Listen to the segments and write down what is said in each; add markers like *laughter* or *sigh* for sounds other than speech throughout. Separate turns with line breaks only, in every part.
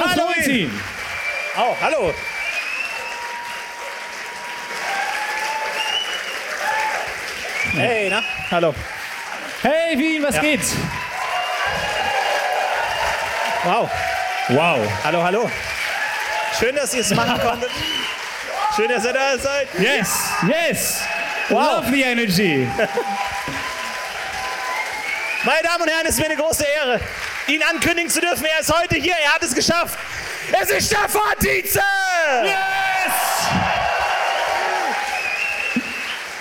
Martin.
Oh, hallo. Hey, na? Hallo.
Hey, Wien, was
Ja.
geht?
Wow.
Wow.
Hallo, hallo. Schön, dass ihr es machen konntet. Schön, dass ihr da seid.
Yes, yes.
Wow.
Love the energy.
Meine Damen und Herren, es ist mir eine große Ehre, ihn ankündigen zu dürfen. Er ist heute hier. Er hat es geschafft. Es ist Stefan Dietze!
Yes!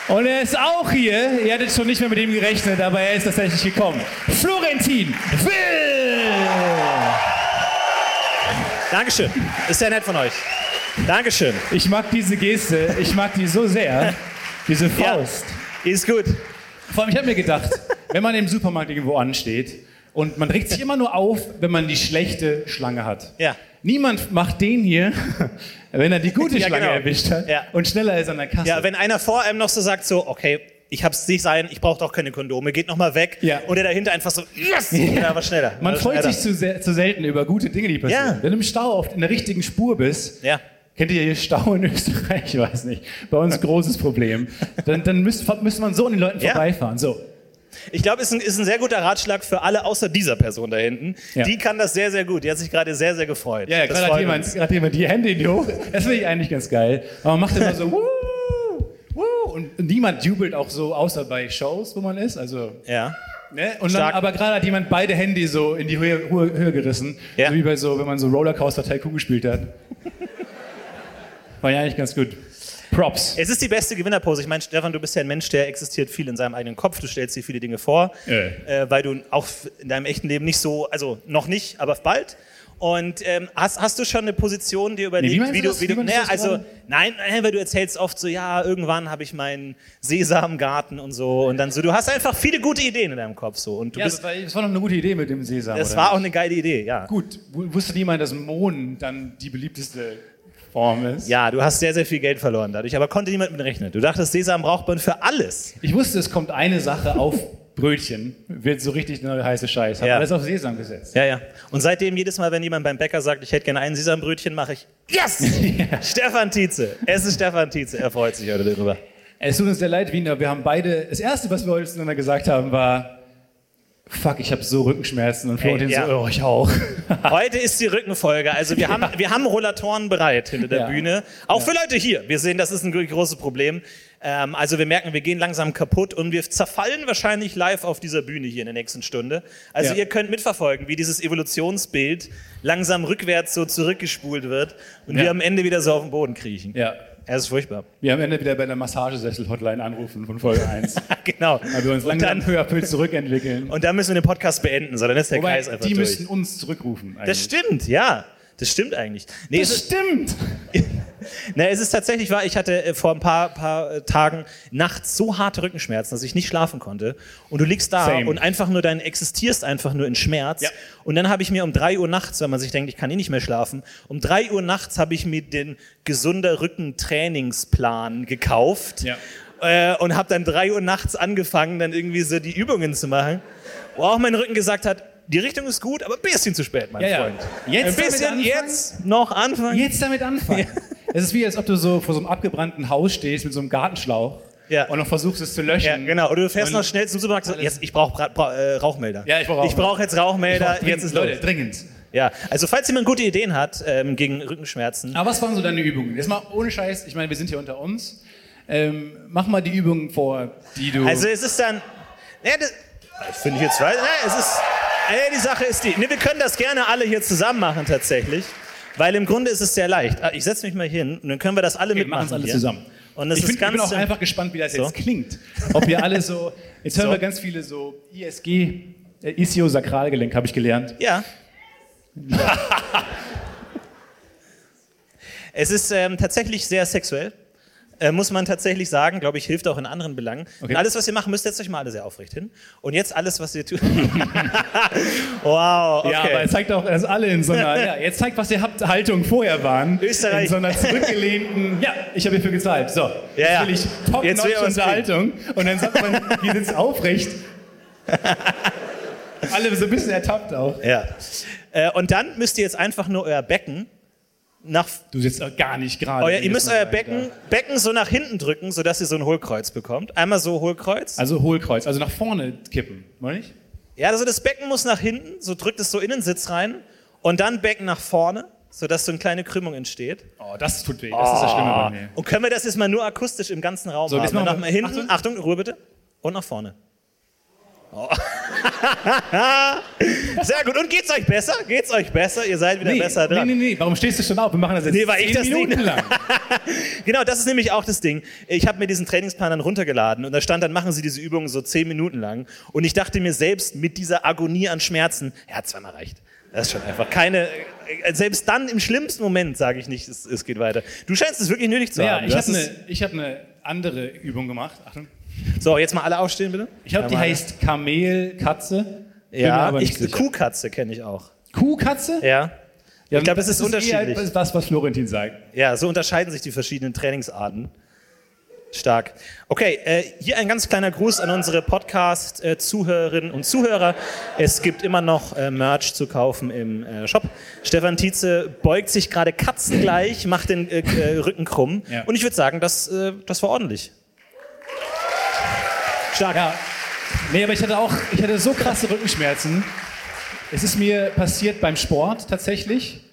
Und er ist auch hier. Ihr hättet schon nicht mehr mit ihm gerechnet, aber er ist tatsächlich gekommen. Florentin Will!
Dankeschön. Ist sehr nett von euch. Dankeschön.
Ich mag diese Geste. Ich mag die so sehr. Diese
Ja.
Faust.
Ist gut.
Vor allem, ich habe mir gedacht, wenn man im Supermarkt irgendwo ansteht und man regt sich immer nur auf, wenn man die schlechte Schlange hat.
Ja.
Niemand macht den hier, wenn er die gute
*laughs* Ja,
Schlange
genau.
erwischt hat
Ja.
und schneller ist an der Kasse.
Ja, wenn einer vor einem noch so sagt, so, okay, ich hab's nicht sein, ich brauche doch keine Kondome, geht nochmal weg.
Ja.
Und der dahinter einfach so, yes! Ja, aber schneller.
Man
Aber
freut
schneller.
sich zu, sehr, zu selten über gute Dinge, die passieren.
Ja.
Wenn du im Stau oft in der richtigen Spur bist,
Ja.
kennt ihr hier Stau in Österreich? Ich weiß nicht. Bei uns großes Problem. Dann, dann müsste müsste man so an den Leuten
Ja.
vorbeifahren. So.
Ich glaube, ist ein, ist ein sehr guter Ratschlag für alle außer dieser Person da hinten.
Ja.
Die kann das sehr, sehr gut. Die hat sich gerade sehr, sehr gefreut.
Ja, ja
Das
gerade hat
freut
jemand,
uns.
gerade hat jemand die Hände in die hoch. Das finde ich eigentlich ganz geil. Aber man macht immer so, wuh, wuh, und niemand jubelt auch so, außer bei Shows, wo man ist. Also,
Ja.
ne? und dann,
Stark.
aber gerade hat jemand beide Hände so in die Höhe, Höhe, Höhe gerissen.
Ja.
So wie bei so, wenn man so Rollercoaster Tycoon gespielt hat. War ja eigentlich ganz gut. Props.
Es ist die beste Gewinnerpose. Ich meine, Stefan, du bist ja ein Mensch, der existiert viel in seinem eigenen Kopf. Du stellst dir viele Dinge vor,
Ja.
äh, weil du auch in deinem echten Leben nicht so, also noch nicht, aber bald. Und ähm, hast, hast du schon eine Position, dir überlegt,
meinst du
wie du,
das?
wie
Wie
du,
meinst du
naja,
das genau?
also
gerade?
nein, äh, weil du erzählst oft so, ja, irgendwann habe ich meinen Sesamgarten und so und dann so. Du hast einfach viele gute Ideen in deinem Kopf so und du
Ja, das
bist.
war, das war noch eine gute Idee mit dem Sesam.
Das
oder
war auch
nicht?
eine geile Idee, ja.
gut. W- Wusste niemand, dass Mohn dann die beliebteste Form ist?
Ja, du hast sehr, sehr viel Geld verloren dadurch, aber konnte niemand mit rechnen. Du dachtest, Sesam braucht man für alles.
Ich wusste, es kommt eine Sache auf Brötchen, wird so richtig eine heiße Scheiß. Hab
Ja.
alles auf Sesam gesetzt.
Ja, ja. Und seitdem jedes Mal, wenn jemand beim Bäcker sagt, ich hätte gerne ein Sesambrötchen, mache ich *laughs* Yes! Stefan Tietze. Es ist Stefan Tietze. Er freut sich heute darüber.
Es tut uns sehr leid, Wiener. Wir haben beide, das Erste, was wir heute zueinander gesagt haben, war, fuck, ich habe so Rückenschmerzen. Und Florentin
ja.
so, oh, ich auch.
*laughs* Heute ist die Rückenfolge. Also wir haben, wir haben Rollatoren bereit hinter der
Ja.
Bühne. Auch für Leute hier. Wir sehen, das ist ein großes Problem. Ähm, also wir merken, wir gehen langsam kaputt und wir zerfallen wahrscheinlich live auf dieser Bühne hier in der nächsten Stunde. Also
Ja.
ihr könnt mitverfolgen, wie dieses Evolutionsbild langsam rückwärts so zurückgespult wird und
Ja.
wir am Ende wieder so auf den Boden kriechen.
ja.
Es ist furchtbar. *laughs*
Wir am Ende wieder bei der Massagesessel-Hotline anrufen von Folge 1.
genau.
weil wir uns
und,
langsam
dann,
peu à peu zurückentwickeln.
und dann müssen wir den Podcast beenden, so dann ist *laughs* der
Wobei,
Kreis einfach
die
durch.
müssen uns zurückrufen. Eigentlich.
das stimmt, ja. Das stimmt eigentlich. Nee, es ist,
stimmt.
na, es ist tatsächlich wahr, ich hatte äh, vor ein paar, paar äh, Tagen nachts so harte Rückenschmerzen, dass ich nicht schlafen konnte. Und du liegst da
Same.
und einfach nur dein existierst einfach nur in Schmerz.
Ja.
Und dann habe ich mir um 3 Uhr nachts, wenn man sich denkt, ich kann eh nicht mehr schlafen, um 3 Uhr nachts habe ich mir den gesunder Rücken-Trainingsplan gekauft.
Ja.
äh, und habe dann drei Uhr nachts angefangen, dann irgendwie so die Übungen zu machen, wo auch mein Rücken gesagt hat, die Richtung ist gut, aber ein bisschen zu spät, mein
Ja, ja.
Freund.
Jetzt
ein
damit
bisschen
anfangen?
jetzt noch anfangen.
Jetzt damit anfangen. Es ist wie, als ob du so vor so einem abgebrannten Haus stehst mit so einem Gartenschlauch
Ja.
und noch versuchst, es zu
Ja,
löschen.
genau. Oder du fährst
Hm. Und-
noch schnell zum Supermarkt. und sagst, Jetzt, ich brauche bra äh, Rauchmelder.
Ja, ich brauch
Ich brauche
Rauchmelder.
jetzt Rauchmelder.
Dringend,
jetzt ist
Leute,
Leute.
dringend.
Ja, also falls jemand gute Ideen hat ähm, gegen Rückenschmerzen,
Aber was waren so deine Übungen? Jetzt mal ohne Scheiß, ich meine, wir sind hier unter uns. Ähm, mach mal die Übungen vor, die du.
Also es ist dann. Ja, das finde ich jetzt weiß. Ja, es ist. Ey, die Sache ist die. Nee, wir können das gerne alle hier zusammen machen tatsächlich. Weil im Grunde ist es sehr leicht. Ah, Ich setze mich mal hin und dann können wir das alle
wir machen
mitmachen.
es alle
hier.
zusammen.
Und das
ich,
ist
find, ich bin
ganz
auch einfach gespannt, wie das
So.
jetzt klingt. Ob ihr alle so. Jetzt hören
So.
wir ganz viele so ISG, äh, Ischiosakralgelenk, habe ich gelernt.
Ja. es ist ähm, tatsächlich sehr sexuell. Äh, muss man tatsächlich sagen, glaube ich, hilft auch in anderen Belangen. Und alles, was ihr machen müsst, setzt euch mal alle sehr aufrecht hin. Und jetzt alles, was ihr tut. *laughs* wow, okay.
Ja, aber es zeigt auch, dass alle in
*laughs*
so einer. ja, jetzt zeigt, was ihr habt, Haltung vorher waren.
Österreich.
In so einer
*laughs*
zurückgelehnten. ja, ich habe hierfür gezahlt. So, jetzt
ja.
will ich
Jetzt will er
top-notch
was kriegen.
Unterhaltung. Und dann sagt man,
*laughs*
wir sitzen aufrecht. alle so ein bisschen ertappt auch.
Ja. Äh, und dann müsst ihr jetzt einfach nur euer Becken nach
Du sitzt äh, gar nicht gerade.
euer,
wenn
ihr
das
müsst
mal
euer
sein
Becken,
darf.
Becken so nach hinten drücken, sodass ihr so ein Hohlkreuz bekommt. Einmal so Hohlkreuz.
Also Hohlkreuz, also nach vorne kippen, meine ich?
Ja, also das Becken muss nach hinten, so drückt es so in den Sitz rein und dann Becken nach vorne, sodass so eine kleine Krümmung entsteht.
Oh, das tut weh. Das ist das Schlimme bei mir.
Und können wir das jetzt mal nur akustisch im ganzen Raum
Ah. So,
haben?
jetzt machen wir-
Nochmal hinten,
Achtung.
Achtung, Ruhe bitte. Und nach vorne. Oh. *laughs* Sehr gut. Und geht's euch besser? Geht's euch besser? Ihr seid wieder besser dran.
nee, nee, nee. Warum stehst du schon auf? Wir machen das jetzt
Nee, weil ich
zehn
das
Minuten
nicht- *laughs*
lang.
Genau, das ist nämlich auch das Ding. Ich habe mir diesen Trainingsplan dann runtergeladen und da stand dann, machen Sie diese Übungen so zehn Minuten lang. Und ich dachte mir selbst mit dieser Agonie an Schmerzen, ja, zweimal reicht. Das ist schon einfach keine, äh, selbst dann im schlimmsten Moment sage ich nicht, es, es geht weiter. Du scheinst es wirklich nötig zu
Ja,
haben.
ich
Du hast
habe eine ich hab ne andere Übung gemacht. Achtung.
es- So, jetzt mal alle aufstehen bitte.
Ich glaube, die
Ja,
heißt Kamelkatze. Bin mir
Ja,
aber
ich,
nicht sicher.
Kuhkatze kenne ich auch.
Kuhkatze?
Ja.
Ja,
ich glaub, das ist unterschiedlich.
Eher das, was Florentin sagt.
Ja, so unterscheiden sich die verschiedenen Trainingsarten. Stark. Okay, äh, hier ein ganz kleiner Gruß an unsere Podcast-Zuhörerinnen und Zuhörer. Es gibt immer noch äh, Merch zu kaufen im äh, Shop. Stefan Tietze beugt sich gerade katzengleich, macht den äh, äh, Rücken krumm.
Ja.
Und ich würde sagen, das, äh, das war ordentlich. Stark.
Ja. Nee, aber ich hatte auch, ich hatte so krasse Rückenschmerzen. Es ist mir passiert beim Sport tatsächlich,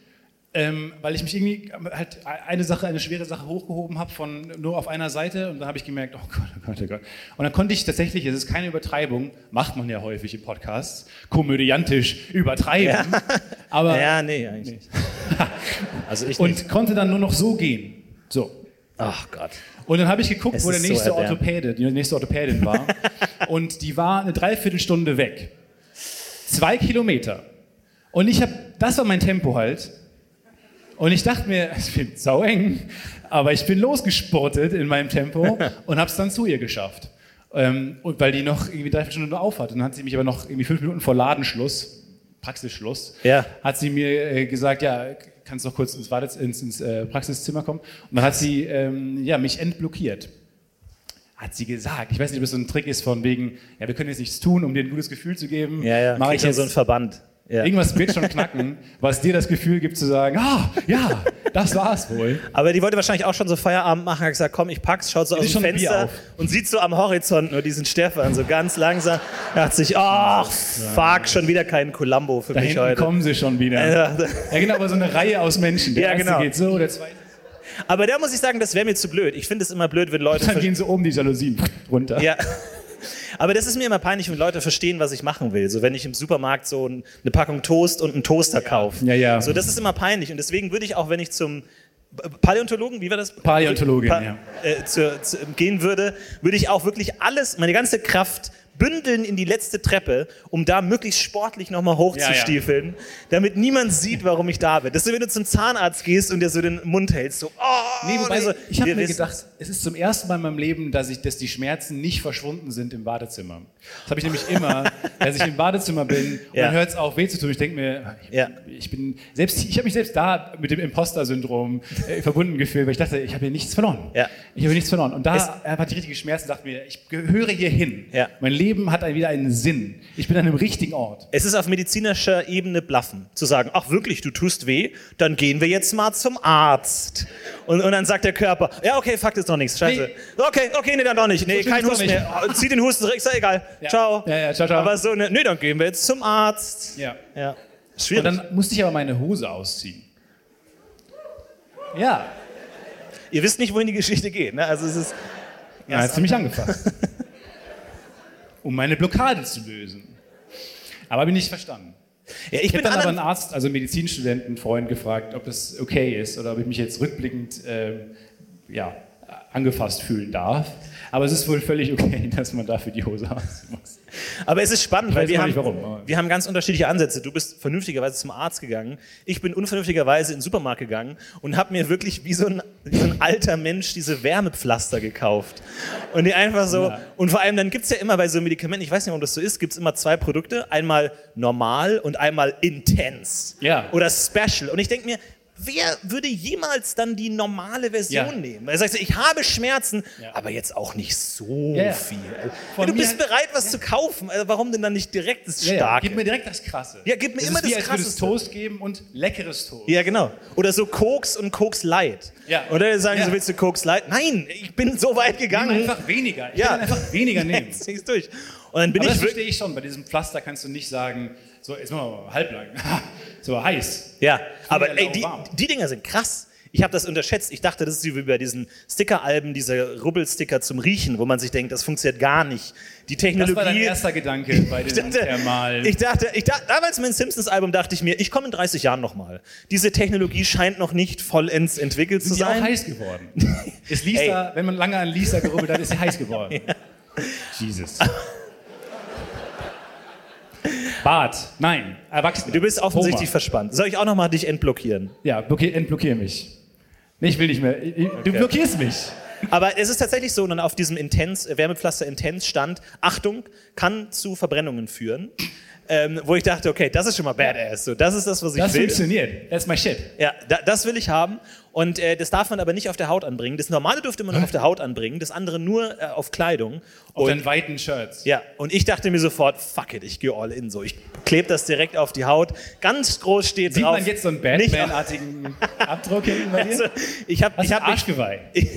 ähm, weil ich mich irgendwie halt eine Sache, eine schwere Sache hochgehoben habe von nur auf einer Seite und dann habe ich gemerkt, oh Gott, oh Gott, oh Gott. Und dann konnte ich tatsächlich, es ist keine Übertreibung, macht man ja häufig in Podcasts, komödiantisch übertreiben, aber
Ja, nee, eigentlich
*laughs*
nicht. Also ich nicht.
und konnte dann nur noch so gehen. So.
Ach Gott.
Und dann habe ich geguckt,
Es
wo der
ist so
nächste
erbärmlich.
Orthopäde, die nächste
*laughs*
Orthopädin war. und die war eine Dreiviertelstunde weg. Zwei Kilometer. Und ich habe, das war mein Tempo halt. Und ich dachte mir, es wird sau eng, aber ich bin losgespurtet in
*laughs*
meinem Tempo und habe es dann zu ihr geschafft. Ähm, und weil die noch irgendwie drei, vier Stunden nur auf hat. Und dann hat sie mich aber noch irgendwie fünf Minuten vor Ladenschluss, Praxisschluss,
Ja.
hat sie mir äh, gesagt, ja, kannst noch kurz ins, Wartez ins, ins äh, Praxiszimmer kommen. Und dann hat sie ähm, ja, mich entblockiert. Hat sie gesagt. Ich weiß nicht, ob das so ein Trick ist von wegen, ja, wir können jetzt nichts tun, um dir ein gutes Gefühl zu geben.
Ja, ja.
Mach
kriegt
ich
dann
jetzt
so einen Verband. Ja.
Irgendwas wird schon knacken, was dir das Gefühl gibt zu sagen, ah, ja, das war's wohl.
Aber die wollte wahrscheinlich auch schon so Feierabend machen, hat gesagt, komm, ich pack's, schaut so aus
ist
dem
schon ein Bier
Fenster
auf.
und sieht so am Horizont nur diesen Stefan, so ganz langsam. Dachte sich, ach, fuck, schon wieder keinen Columbo für
Da
mich
hinten
heute.
kommen sie schon wieder.
*laughs* Ja,
Ja, genau, aber so eine Reihe aus Menschen. Der
Ja,
erste
genau.
geht so, der zweite.
Aber da muss ich sagen, das wäre mir zu blöd. Ich finde es immer blöd, wenn Leute.
Dann
ver-
gehen sie oben die Jalousien *laughs* runter.
Ja. *laughs* Aber das ist mir immer peinlich, wenn Leute verstehen, was ich machen will. So wenn ich im Supermarkt so ein- eine Packung Toast und einen Toaster kaufe.
Ja, ja.
So, das ist immer peinlich. Und deswegen würde ich auch, wenn ich zum Paläontologen, wie war das?
Paläontologin, ja.
äh, zu, zu, gehen würde, würde ich auch wirklich alles, meine ganze Kraft bündeln in die letzte Treppe, um da möglichst sportlich nochmal hochzustiefeln, damit niemand sieht, warum ich da bin. Das ist, wenn du zum Zahnarzt gehst und dir so den Mund hältst, so, oh,
Nee, wobei,
also,
ich habe
wir
mir
wissen-
gedacht, es ist zum ersten Mal in meinem Leben, dass, ich, dass die Schmerzen nicht verschwunden sind im Badezimmer. Das habe ich
*laughs*
nämlich immer, dass ich im Badezimmer bin und
Ja.
dann hört es auf weh zu tun. Ich denke mir, ich,
Ja.
ich bin selbst, ich habe mich selbst da mit dem Imposter-Syndrom äh, verbunden gefühlt, weil ich dachte, ich habe hier nichts verloren.
Ja.
Ich habe hier nichts verloren. Und da
Es-
hatte ich richtige Schmerzen, dachte mir, ich gehöre hier hin.
Ja.
Mein Leben hat ein- wieder einen Sinn. Ich bin an einem richtigen Ort.
Es ist auf medizinischer Ebene Bluffen. Zu sagen, ach wirklich, du tust weh, dann gehen wir jetzt mal zum Arzt. Und, und dann sagt der Körper, ja, okay, Fakt ist noch nichts, scheiße. Okay, okay, nee, dann doch nicht. Nee,
schlimm
kein
ist doch
Husten
nicht.
mehr. Oh, Zieh den Husten direkt, ist ja egal. Ciao.
Ja, ja, ciao, ciao.
Aber so, ne, nee, dann gehen wir jetzt zum Arzt.
Ja.
Ja.
Und
Schwierig.
dann musste ich aber meine Hose ausziehen. Ja.
Ihr wisst nicht, wohin die Geschichte geht. Ne? Also es ist,
Ja, hat sie mich angefasst. *laughs* um meine Blockade zu lösen. Aber bin nicht verstanden.
ja, ich
Ich
bin
habe dann aber
anderen-
einen Arzt, also einen Medizinstudenten, Freund gefragt, ob das okay ist oder ob ich mich jetzt rückblickend ähm, ja, angefasst fühlen darf. Aber es ist wohl völlig okay, *laughs* dass man dafür die Hose ausziehen muss.
Aber es ist spannend, weil
weiß
wir
auch
haben,
nicht, warum, aber-
wir haben ganz unterschiedliche Ansätze. Du bist vernünftigerweise zum Arzt gegangen, ich bin unvernünftigerweise in den Supermarkt gegangen und habe mir wirklich wie so, ein, wie so ein alter Mensch diese Wärmepflaster gekauft. Und die einfach so,
Ja.
und vor allem dann gibt es ja immer bei so Medikamenten, ich weiß nicht, warum das so ist, gibt es immer zwei Produkte, einmal normal und einmal intens.
Ja.
Oder special. Und ich denke mir, wer würde jemals dann die normale Version
Ja.
nehmen? Er sagt, so, ich habe Schmerzen,
Ja.
aber jetzt auch nicht so
Ja, ja.
viel.
Von
Ja, du
mir
bist
halt-
bereit, was zu kaufen. Also warum denn dann nicht direkt das
Ja, ja.
Starke?
Gib mir direkt das Krasse.
Ja, gib mir
es
immer
ist wie,
das
als würde es
Krasseste.
Toast geben und leckeres Toast.
Ja, genau. Oder so Koks und Koks Light.
Ja.
Oder sagen so,
Ja.
willst du Koks Light? Nein, ich bin so weit *laughs*
Nimm
gegangen.
einfach weniger. Ich
Ja.
kann
*laughs*
einfach weniger nehmen.
Jetzt zieh's durch. Und dann bin
Aber das
ich wirklich.
verstehe ich schon. Bei diesem Pflaster kannst du nicht sagen, so, jetzt machen wir mal halblang. *laughs* so heiß.
Ja, aber
Finger
ey, die,
lauwarm.
die Dinger sind krass. Ich habe das unterschätzt. Ich dachte, das ist wie bei diesen Sticker-Alben, diese Rubbelsticker zum Riechen, wo man sich denkt, das funktioniert gar nicht. Die Technologie.
Das war dein erster Gedanke
*laughs*
bei
ich
diesem
dachte,
Thermal.
ich dachte, ich dachte, damals mein Simpsons-Album dachte ich mir, ich komme in 30 Jahren nochmal. Diese Technologie scheint noch nicht vollends entwickelt zu
ist auch
sein. *laughs*
heiß geworden. ist Lisa, wenn man lange an Lisa gerubbelt hat, ist sie
*laughs*
heiß geworden. Jesus. Bart, nein, Erwachsene.
Du bist offensichtlich
Homer.
verspannt. Soll ich auch nochmal dich entblockieren?
Ja, blockier, entblockier mich. Nee, ich will nicht mehr. Ich- ich- Du blockierst mich.
Aber es ist tatsächlich so, dann auf diesem Intens, äh, Wärmepflaster Intens stand, Achtung, kann zu Verbrennungen führen. Ähm, wo ich dachte, okay, das ist schon mal badass. So, das ist das, was ich
Das
will.
funktioniert. That's my shit.
Ja, da, das will ich haben. Und äh, das darf man aber nicht auf der Haut anbringen. Das normale durfte man noch auf der Haut anbringen, das andere nur äh, auf Kleidung.
Auf
Und-
deinen weiten Shirts.
ja, und ich dachte mir sofort, fuck it, ich gehe all in so. Ich klebe das direkt auf die Haut. Ganz groß steht
Sieht
drauf.
man jetzt so einen
nicht auf-
Batman-artigen Abdruck
*laughs*
hinten bei dir?
Also, *laughs* ich habe
Hast
ich
du ein
hab mich,
Arschgeweih.
ich,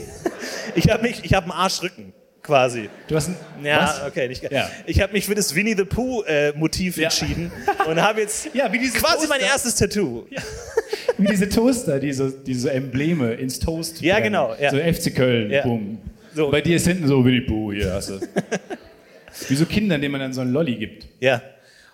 ich hab mich, ich hab einen Arschrücken quasi.
Du hast ein,
Ja,
was?
okay, nicht
Ja.
Ich habe mich für das Winnie the Pooh äh, Motiv
Ja.
entschieden und habe
*laughs*
jetzt
Ja, wie diese
quasi
Toaster,
mein erstes Tattoo.
Wie diese Toaster, diese, diese Embleme ins Toast.
Ja,
brennen.
genau, ja.
So FC Köln,
Ja.
bumm.
So.
Bei dir ist hinten so Winnie Pooh
*laughs*
hier, hast du. Wie so Kindern, denen man dann so einen Lolli gibt.
Ja.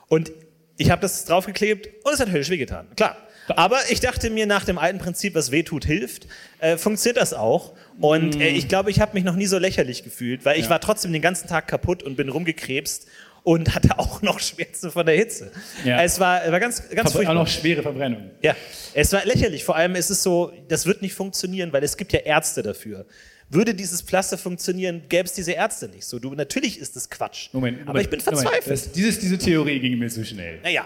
Und ich habe das draufgeklebt und es hat höllisch wehgetan. Klar. Aber ich dachte mir, nach dem alten Prinzip, was weh tut, hilft, äh, funktioniert das auch. Und äh, ich glaube, ich habe mich noch nie so lächerlich gefühlt, weil ich
Mm. Ja.
war trotzdem den ganzen Tag kaputt und bin rumgekrebst und hatte auch *laughs* noch Schmerzen von der Hitze.
Ja.
Es war, war ganz, ganz
Aber auch
furchtbar.
noch schwere Verbrennung.
Ja, es war lächerlich. Vor allem ist es so, das wird nicht funktionieren, weil es gibt ja Ärzte dafür. Würde dieses Pflaster funktionieren, gäbe es diese Ärzte nicht. So, du, natürlich ist das Quatsch.
Moment,
aber ich bin
Moment,
verzweifelt.
Das, dieses, diese Theorie ging mir zu schnell.
Naja,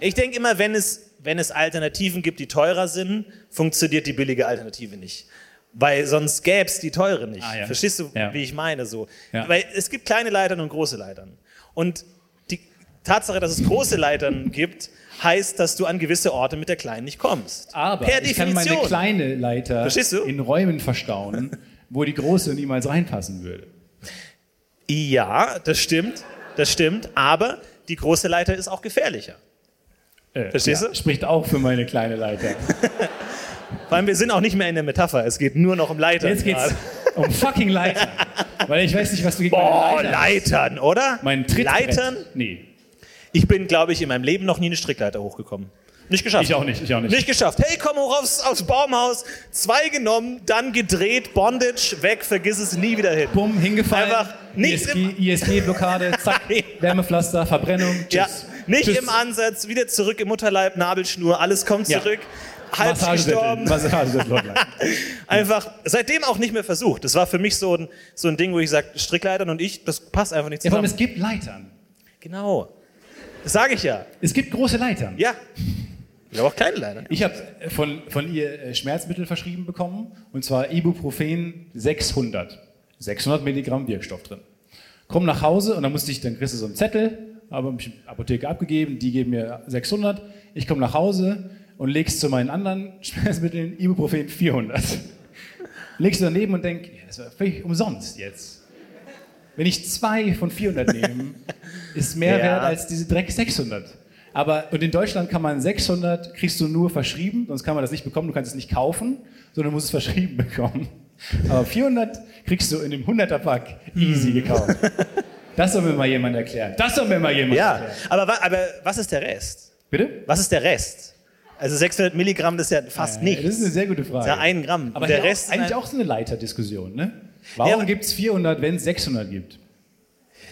ich denke immer, wenn es, wenn es Alternativen gibt, die teurer sind, funktioniert die billige Alternative nicht. Weil sonst gäbe es die teure nicht.
Ah, ja.
Verstehst du,
Ja.
wie ich meine? So.
Ja.
Weil es gibt kleine Leitern und große Leitern. Und die Tatsache, dass es große Leitern gibt, heißt, dass du an gewisse Orte mit der kleinen nicht kommst.
Aber
per
ich kann
Definition.
meine kleine Leiter
Verstehst du?
in Räumen verstauen, wo die große niemals reinpassen würde.
Ja, das stimmt, das stimmt, aber die große Leiter ist auch gefährlicher.
Äh,
Verstehst
ja,
du?
Spricht auch für meine kleine Leiter.
Vor allem, wir sind auch nicht mehr in der Metapher, es geht nur noch um Leitern.
Jetzt geht's
gerade.
*laughs* um fucking Leitern. Weil ich weiß nicht, was du gegen
Boah,
meine Leiter hast.
Leitern, oder?
Mein Trittbrett.
Leitern?
Nee,
Ich bin, glaube ich, in meinem Leben noch nie eine Strickleiter hochgekommen. Nicht geschafft.
ich auch nicht, ich auch nicht.
Nicht geschafft. Hey, komm hoch aufs, aufs Baumhaus. Zwei genommen, dann gedreht, Bondage, weg, vergiss es nie wieder hin.
Bumm, hingefallen.
Einfach nichts *laughs*
ISG, ISG-Blockade, zack,
Nein.
Wärmepflaster, Verbrennung. Tschüss.
Ja, nicht
Tschüss.
im Ansatz, wieder zurück im Mutterleib, Nabelschnur, alles kommt
Ja.
zurück. Halb
Massagesättel,
gestorben. *laughs*
Massagesättel.
Einfach seitdem auch nicht mehr versucht. Das war für mich so ein, so ein Ding, wo ich sage, Strickleitern und ich, das passt einfach nicht
ja, vor allem,
zusammen.
es gibt Leitern.
genau. Das sage ich ja.
Es gibt große Leitern.
Ja. Ich habe auch kleine Leitern.
Ich habe von, von ihr äh, Schmerzmittel verschrieben bekommen, und zwar Ibuprofen 600. 600 Milligramm Wirkstoff drin. Komm nach Hause und dann musste ich, dann kriegst du so einen Zettel, habe mich in der Apotheke abgegeben, die geben mir 600. Ich komme nach Hause und leg's zu meinen anderen *laughs* Schmerzmitteln Ibuprofen 400. Legst du daneben und denk, ja, das war völlig umsonst jetzt. Wenn ich zwei von 400 nehme, ist mehr
Ja.
wert als diese Dreck 600. Aber und in Deutschland kann man 600 kriegst du nur verschrieben, sonst kann man das nicht bekommen. Du kannst es nicht kaufen, sondern musst es verschrieben bekommen. Aber 400 kriegst du in dem 100er Pack easy gekauft. Das soll mir mal jemand erklären. Das soll mir mal jemand
Ja,
erklären.
aber, wa- aber was ist der Rest?
Bitte?
Was ist der Rest? Also 600 Milligramm, das ist ja fast
Ja,
nichts.
Das ist eine sehr gute Frage.
Ja, ein Gramm.
Aber
Und der Rest
der Rest
ist
auch, eigentlich
ein-
auch so eine Leiterdiskussion, ne?
Ja,
Warum
aber-
gibt's 400, wenn es 600 gibt?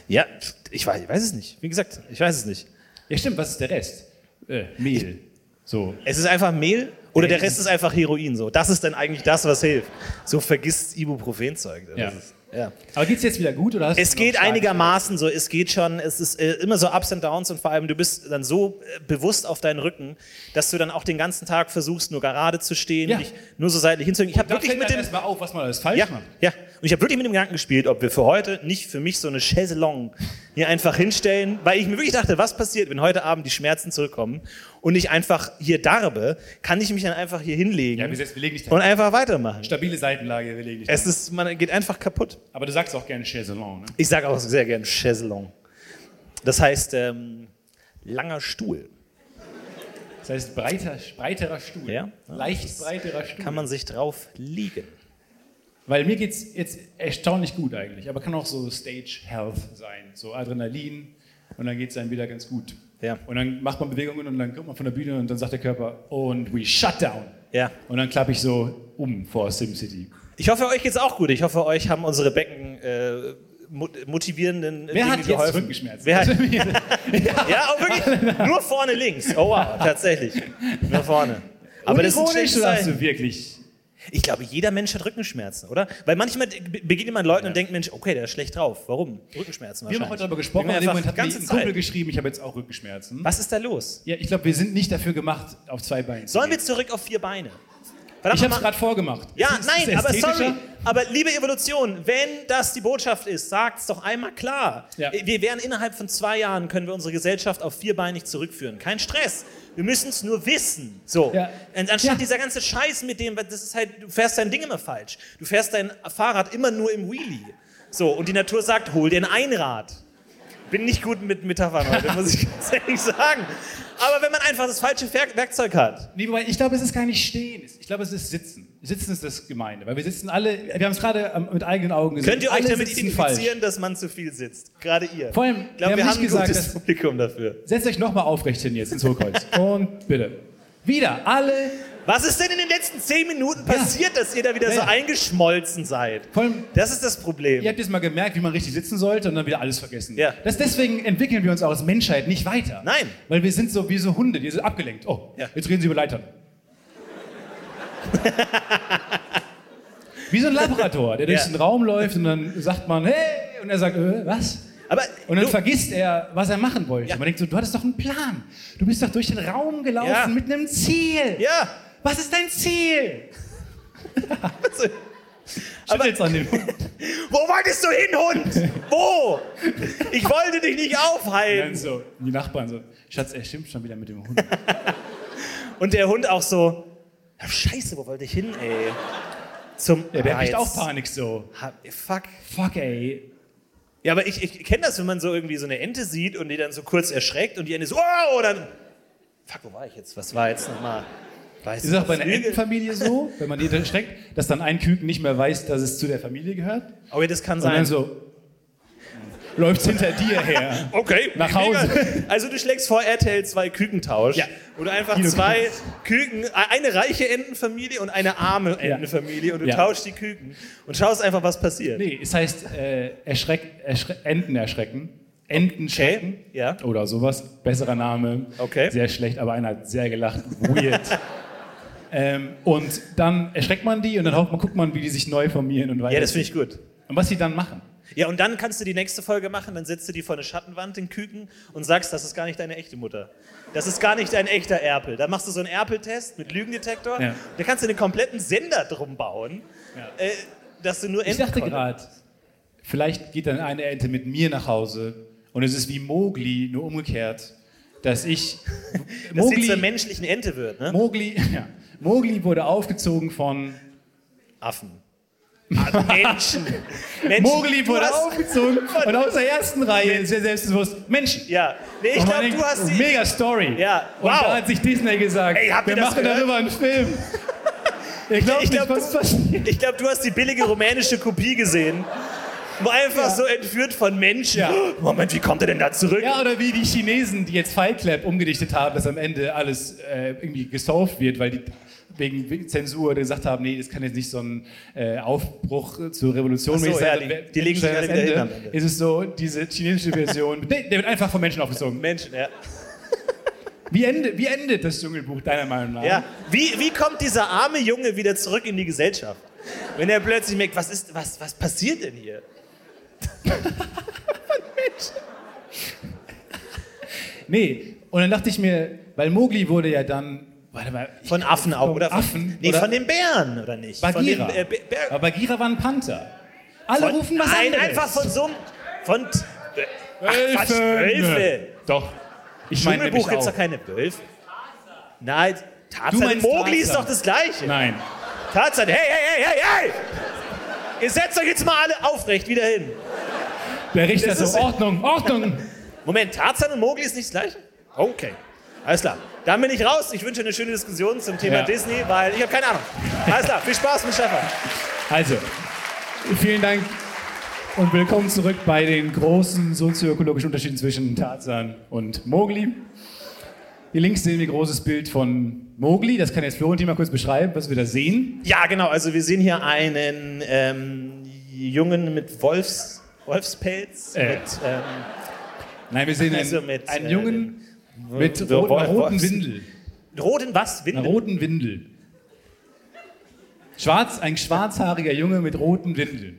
ja, pf, ich weiß, ich weiß es nicht. Wie gesagt, ich weiß es nicht.
Ja, stimmt. Was ist der Rest? Äh, Mehl. So.
Es ist einfach Mehl oder der Rest ist einfach Heroin. So, das ist dann eigentlich das, was hilft. So vergiss Ibuprofen-Zeug. Das
Ja.
ist- Ja.
Aber geht's jetzt wieder gut oder hast du
Es
noch
geht
stark-
einigermaßen so, es geht schon, es ist äh, immer so Ups und Downs und vor allem du bist dann so äh, bewusst auf deinen Rücken, dass du dann auch den ganzen Tag versuchst, nur gerade zu stehen,
Ja.
dich nur so seitlich hinzugehen. Ich habe
Da
wirklich
fällt
mit
einem
dem
erstmal auf, was man alles falsch
ja,
macht.
ja. Und ich habe wirklich mit dem Gedanken gespielt, ob wir für heute nicht für mich so eine Chaise longue hier einfach hinstellen, weil ich mir wirklich dachte, was passiert, wenn heute Abend die Schmerzen zurückkommen und ich einfach hier darbe, kann ich mich dann einfach hier hinlegen
Ja, wir, setzen, wir legen nicht
und
und
einfach weitermachen.
Stabile Seitenlage, wir legen nicht
Es ist, man geht einfach kaputt.
Aber du sagst auch gerne Chaiselon, ne?
Ich sage auch sehr gern Chaise longue. Das heißt, ähm, langer Stuhl.
Das heißt breiter, breiterer Stuhl.
Ja.
Leicht breiterer Stuhl.
Kann man sich drauf liegen.
Weil mir geht es jetzt erstaunlich gut eigentlich, aber kann auch so Stage Health sein, so Adrenalin und dann geht es einem wieder ganz gut.
Ja.
Und dann macht man Bewegungen und dann kommt man von der Bühne und dann sagt der Körper und we shut down.
Ja.
Und dann klappe ich so um vor SimCity.
Ich hoffe, euch geht's auch gut. Ich hoffe, euch haben unsere Becken äh, mot- motivierenden
Wer
Dinge
hat jetzt
geholfen.
Rückenschmerzen?
Wer
*laughs*
hat,
ja.
ja, auch wirklich. nur vorne links. Oh wow, tatsächlich. Nur vorne. *laughs* Aber das ist ein
Unironisch
schlechtes
oder hast
Zeichen.
du wirklich.
Ich glaube, jeder Mensch hat Rückenschmerzen, oder? Weil manchmal be- begegnet man Leuten und denkt, Mensch, okay, der ist schlecht drauf. Warum? Rückenschmerzen
Wir
wahrscheinlich.
haben heute darüber gesprochen, und
Denken
in
wir
dem
einfach
Moment hat
die
mir
ganze
ein Kumpel
Zeit.
geschrieben, ich habe jetzt auch Rückenschmerzen.
Was ist da los?
Ja, ich glaube, wir sind nicht dafür gemacht, auf zwei Beinen
Sollen wir
zu gehen.
zurück auf vier Beine?
Ich habe es gerade vorgemacht.
Ja,
Ist es
nein, aber
ästhetischer?
sorry. Aber liebe Evolution, wenn das die Botschaft ist, sagt's doch einmal klar.
Ja.
Wir werden innerhalb von zwei Jahren, können wir unsere Gesellschaft auf vierbeinig zurückführen. Kein Stress. Wir müssen es nur wissen. So.
Ja.
Und Anstatt
Ja.
dieser ganze Scheiß mit dem, weil das ist halt, du fährst dein Ding immer falsch. Du fährst dein Fahrrad immer nur im Wheelie. So. Und die Natur sagt, hol dir ein Einrad. Bin nicht gut mit Metaphern heute, muss ich *laughs* ganz ehrlich sagen. Aber wenn man einfach das falsche Werk- Werkzeug hat.
Nee, wobei, ich glaube, es ist gar nicht stehen. Ich glaube, es ist sitzen. Sitzen ist das Gemeine, weil wir sitzen alle, wir haben es gerade ähm, mit eigenen Augen gesehen.
Könnt ihr euch
alle
damit
sitzen
identifizieren, dass man zu viel sitzt? Gerade ihr.
Vor allem,
ich
wir
glaube,
haben
wir
nicht
haben ein
gesagt,
gutes
dass-
Publikum dafür.
Setzt euch nochmal aufrecht hin jetzt
*laughs*
ins Hohlkreuz. Und bitte. Wieder, alle.
Was ist denn in den letzten zehn Minuten passiert, dass ihr da wieder
Ja,
so
ja.
eingeschmolzen seid?
Vor allem,
Das ist das Problem.
ihr habt jetzt mal gemerkt, wie man richtig sitzen sollte und dann wieder alles vergessen.
Ja.
Das, deswegen entwickeln wir uns auch als Menschheit nicht weiter.
Nein.
Weil wir sind so wie so Hunde, die sind abgelenkt. Oh,
Ja.
jetzt reden sie
*laughs*
über Leitern. wie so ein Labrador, der durch
Ja.
den Raum läuft und dann sagt man, hey, und er sagt, äh, was?
Aber
Und dann
du,
vergisst er, was er machen wollte.
Ja.
Man denkt so, du hattest doch einen Plan. Du bist doch durch den Raum gelaufen
Ja.
mit einem Ziel.
ja,
Was ist dein Ziel?
Aber-
Schüttelt's an den
*laughs*
Hund.
wo wolltest du hin, Hund? Wo? Ich wollte dich nicht
Dann
aufhalten.
so, die Nachbarn so, Schatz, er schimpft schon wieder mit dem Hund.
Und der Hund auch so, "Ja, scheiße, wo wollte ich hin, ey? Zum
Ja, der kriegt
Arzt.
auch Panik so.
Ha- Fuck.
Ah, Fuck, ey.
Ja, aber ich, ich kenne das, wenn man so irgendwie so eine Ente sieht und die dann so kurz erschreckt und die Ente so, oh, und dann, fuck, wo war ich jetzt? Was war jetzt nochmal? Weiß
Ist auch bei einer Entenfamilie so, wenn man die erschreckt, dass dann ein Küken nicht mehr weiß, dass es zu der Familie gehört. Und
Oh ja, das kann
dann
sein.
so, läuft hinter dir her.
okay,
nach
mega.
Hause.
*laughs* Also du schlägst vor RTL zwei Kükentausch.
Ja.
Oder einfach
Kino- *laughs*
zwei Küken, eine reiche Entenfamilie und eine arme Entenfamilie und du
Ja.
tauschst die Küken und schaust einfach, was passiert.
Nee, es heißt äh, erschreck, erschre Enten erschrecken. Enten schrecken.
ja.
Oder sowas. Besserer Name.
Okay.
Sehr schlecht, aber einer hat sehr gelacht. Weird.
*laughs*
ähm, und dann erschreckt man die und dann hofft man, guckt man, wie die sich neu formieren und weiter.
Ja, das finde ich gut.
Und was sie dann machen.
Ja, und dann kannst du die nächste Folge machen, dann setzt du die vor eine Schattenwand, den Küken, und sagst, das ist gar nicht deine echte Mutter. Das ist gar nicht dein echter Erpel. Dann machst du so einen Erpeltest mit Lügendetektor.
Ja.
Da kannst du einen kompletten Sender drum bauen, äh, dass du nur
Ich dachte
Entenkonten-
gerade, vielleicht geht dann eine Ente mit mir nach Hause und es ist wie Mowgli, nur umgekehrt,
*laughs*
dass ich.
dass sie zur menschlichen Ente wird, ne?
Mowgli, *laughs* ja, Mowgli wurde aufgezogen von.
Affen. Ah,
*laughs*
Menschen. Menschen.
Mowgli
Du
wurde
hast-
aufgezogen
*laughs*
und aus der ersten Reihe sehr selbstbewusst Menschen.
Ja. Nee, ich
Und man
glaube,
denkt,
du hast die.
Oh Mega Story.
Ja,
Und
wow.
da hat sich Disney gesagt,
Ey, habt ihr
wir
das
machen
gehört?
darüber einen *laughs* Film. Ihr glaubt
Ich
nicht,
glaub,
was passiert.
Ich glaube, du hast die billige rumänische Kopie gesehen. Wo einfach so entführt von Menschen.
Ja.
*gasps* Moment, wie kommt er denn da zurück?
Ja, oder wie die Chinesen, die jetzt Fight Club umgedichtet haben, dass am Ende alles äh, irgendwie gesauft wird, weil die wegen wegen Zensur gesagt haben, nee, das kann jetzt nicht so ein äh, Aufbruch zur Revolution
Ach so,
mäßig
ja,
sein.
die-
Wer-
die legen sich alle
Mensch, am
wieder hin
Ende
am Ende.
Ist es so, diese chinesische Version, *laughs* nee, der wird einfach von Menschen aufgezogen.
Menschen, ja.
Wie, ende, wie endet das Dschungelbuch deiner Meinung nach?
Ja. Wie, wie kommt dieser arme Junge wieder zurück in die Gesellschaft? Wenn er plötzlich merkt, was, ist, was, was passiert denn hier?
Nee, und dann dachte ich mir, weil Mowgli wurde ja dann, warte mal, ich-
Von Affen auch, oder? Von,
Affen,
Nee,
oder-
von den Bären, oder nicht?
Bagheera.
Von den, äh, Bä- Bär-
aber Bagheera war ein Panther. Alle
von,
rufen was
nein,
anderes.
einfach von so einem... Von, ach, Quatsch,
Wölfen.
Wölfe.
Doch. Ich meine nämlich
Dschungelbuch gibt es
auch.
doch keine Wölfe. Nein,
Du
Tarzan und
meinst
Mowgli ist
Tarzan.
doch das Gleiche.
Nein.
Tarzan, hey, hey, hey, hey, hey! Ihr setzt euch jetzt mal alle aufrecht wieder hin.
Der Richter
Das
so,
ist-
Ordnung, Ordnung.
Moment, Tarzan und Mowgli ist nicht das Gleiche? Okay. Alles klar. Dann bin ich raus. Ich wünsche eine schöne Diskussion zum Thema
Ja.
Disney, weil ich habe keine Ahnung. Alles klar. Viel Spaß mit Stefan.
Also, vielen Dank und willkommen zurück bei den großen sozioökologischen Unterschieden zwischen Tarzan und Mowgli. Hier links sehen wir ein großes Bild von Mowgli. Das kann jetzt Florentin mal kurz beschreiben, was wir da sehen.
Ja, genau. Also wir sehen hier einen ähm, Jungen mit Wolfs, Wolfspelz.
Äh.
Mit, ähm,
Nein, wir sehen einen,
Also mit,
einen
äh,
Jungen mit
Wo-
roten,
Wo-
einer roten
Wolfs-
Windel.
roten was?
Einer
Winden?
roten Windel. Schwarz, ein schwarzhaariger Junge mit roten Windeln.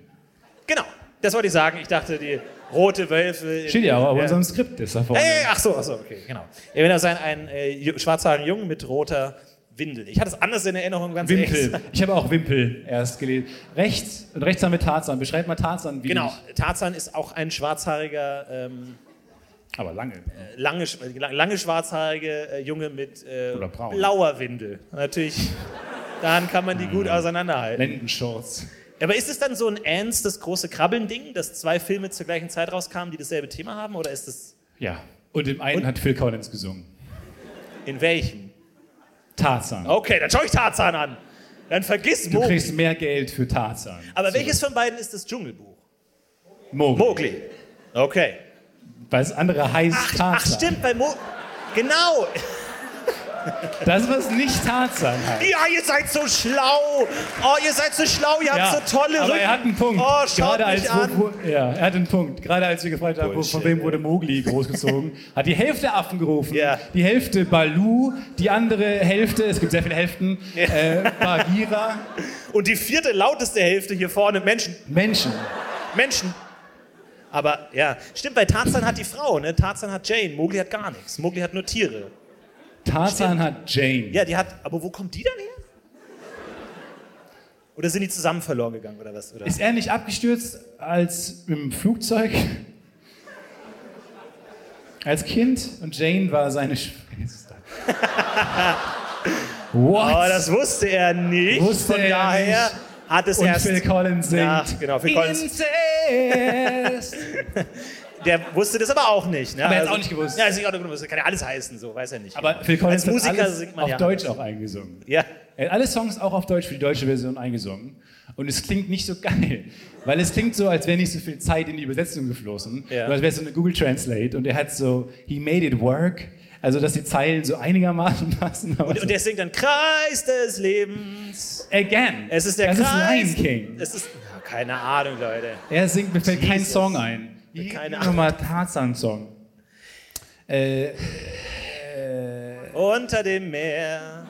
Genau. Das wollte ich sagen. Ich dachte, die rote Wölfe. in-
Steht ja aber auf
Ja.
unserem Skript, ist da vorne.
Äh, ach so, ach so, okay, genau. Ja, wenn das sein, ein äh, ju- schwarzhaariger Jungen mit roter Windel. Ich hatte es anders in Erinnerung, ganz ehrlich.
Wimpel. Ich habe auch Wimpel erst gelesen. Rechts, und rechts haben wir Tarzan. Beschreib mal Tarzan wie.
Genau, Tarzan ist auch ein schwarzhaariger, ähm,
ich- Aber lange.
lange, sch- äh, lange schwarzhaarige äh, Junge mit äh,
Oder braun.
blauer Windel. Natürlich, daran kann man die
Mhm.
gut auseinanderhalten.
Lendenshorts.
Aber ist es dann so ein Ants, das große Krabbeln-Ding, dass zwei Filme zur gleichen Zeit rauskamen, die dasselbe Thema haben? Oder ist es
Ja. Und im einen
Und-
hat Phil Collins gesungen.
in welchem?
Tarzan.
Okay, dann schaue ich Tarzan an. Dann vergiss
Du
Oh, Mowgli.
kriegst mehr Geld für Tarzan.
Aber welches von beiden ist das Dschungelbuch?
Mowgli.
Mowgli. Okay.
Weil das andere heißt
Ach, ach
Tarzan.
stimmt, bei Mo. Genau.
Das, was nicht Tarzan heißt.
Ja, ihr seid so schlau. Oh, ihr seid so schlau. Ihr
Ja,
habt so tolle
aber
Rücken.
er hat einen Punkt.
Oh, schaut
Gerade
mich
als,
an.
Wo, wo, ja, er hat einen Punkt. Gerade als wir gefragt haben, wo- von
Bullshit,
wem
ey.
wurde Mowgli
*laughs*
großgezogen, hat die Hälfte Affen gerufen,
Ja.
die Hälfte Balu, die andere Hälfte, es gibt sehr viele Hälften, äh, Bagheera,
Und die vierte lauteste Hälfte hier vorne Menschen.
Menschen.
Menschen. Aber ja, stimmt, bei Tarzan hat die Frau, ne? Tarzan hat Jane, Mowgli hat gar nichts. Mowgli hat nur Tiere.
Tarzan hat Jane.
Ja, die hat, aber wo kommt die dann her? Oder sind die zusammen verloren gegangen oder was? Oder?
Ist er nicht abgestürzt als im Flugzeug? Als Kind und Jane war
*laughs*
seine *laughs* Schwester. What?
Oh, das wusste er nicht.
Wusste
Von
er
daher hat es
und
erst.
Phil Collins singt.
Ja, genau, Phil Collins.
Incest.
*laughs* Der wusste das aber auch nicht. Ne?
Aber er hat's auch nicht gewusst.
Ja, ist nicht auch nicht gewusst. Kann ja alles heißen, so weiß er nicht.
Aber Phil Collins
Als Musiker
hat alles
singt man
auf
ja.
Deutsch auch eingesungen.
ja.
Er hat alle Songs auch auf Deutsch für die deutsche Version eingesungen. Und es klingt nicht so geil, weil es klingt so, als wäre nicht so viel Zeit in die Übersetzung geflossen.
Ja.
Und als wäre es so eine Google Translate. Und er hat so, he made it work. Also, dass die Zeilen so einigermaßen *laughs* passen. aber
Und,
so-
und der singt dann Kreis des Lebens.
again.
Es ist der
das
Kreis.
ist Lion King.
Es ist. Ja, keine Ahnung, Leute.
Er singt, mir fällt kein
Jesus.
Song ein.
Keine
Irgendein mal Tarzan-Song. Äh,
Unter dem Meer.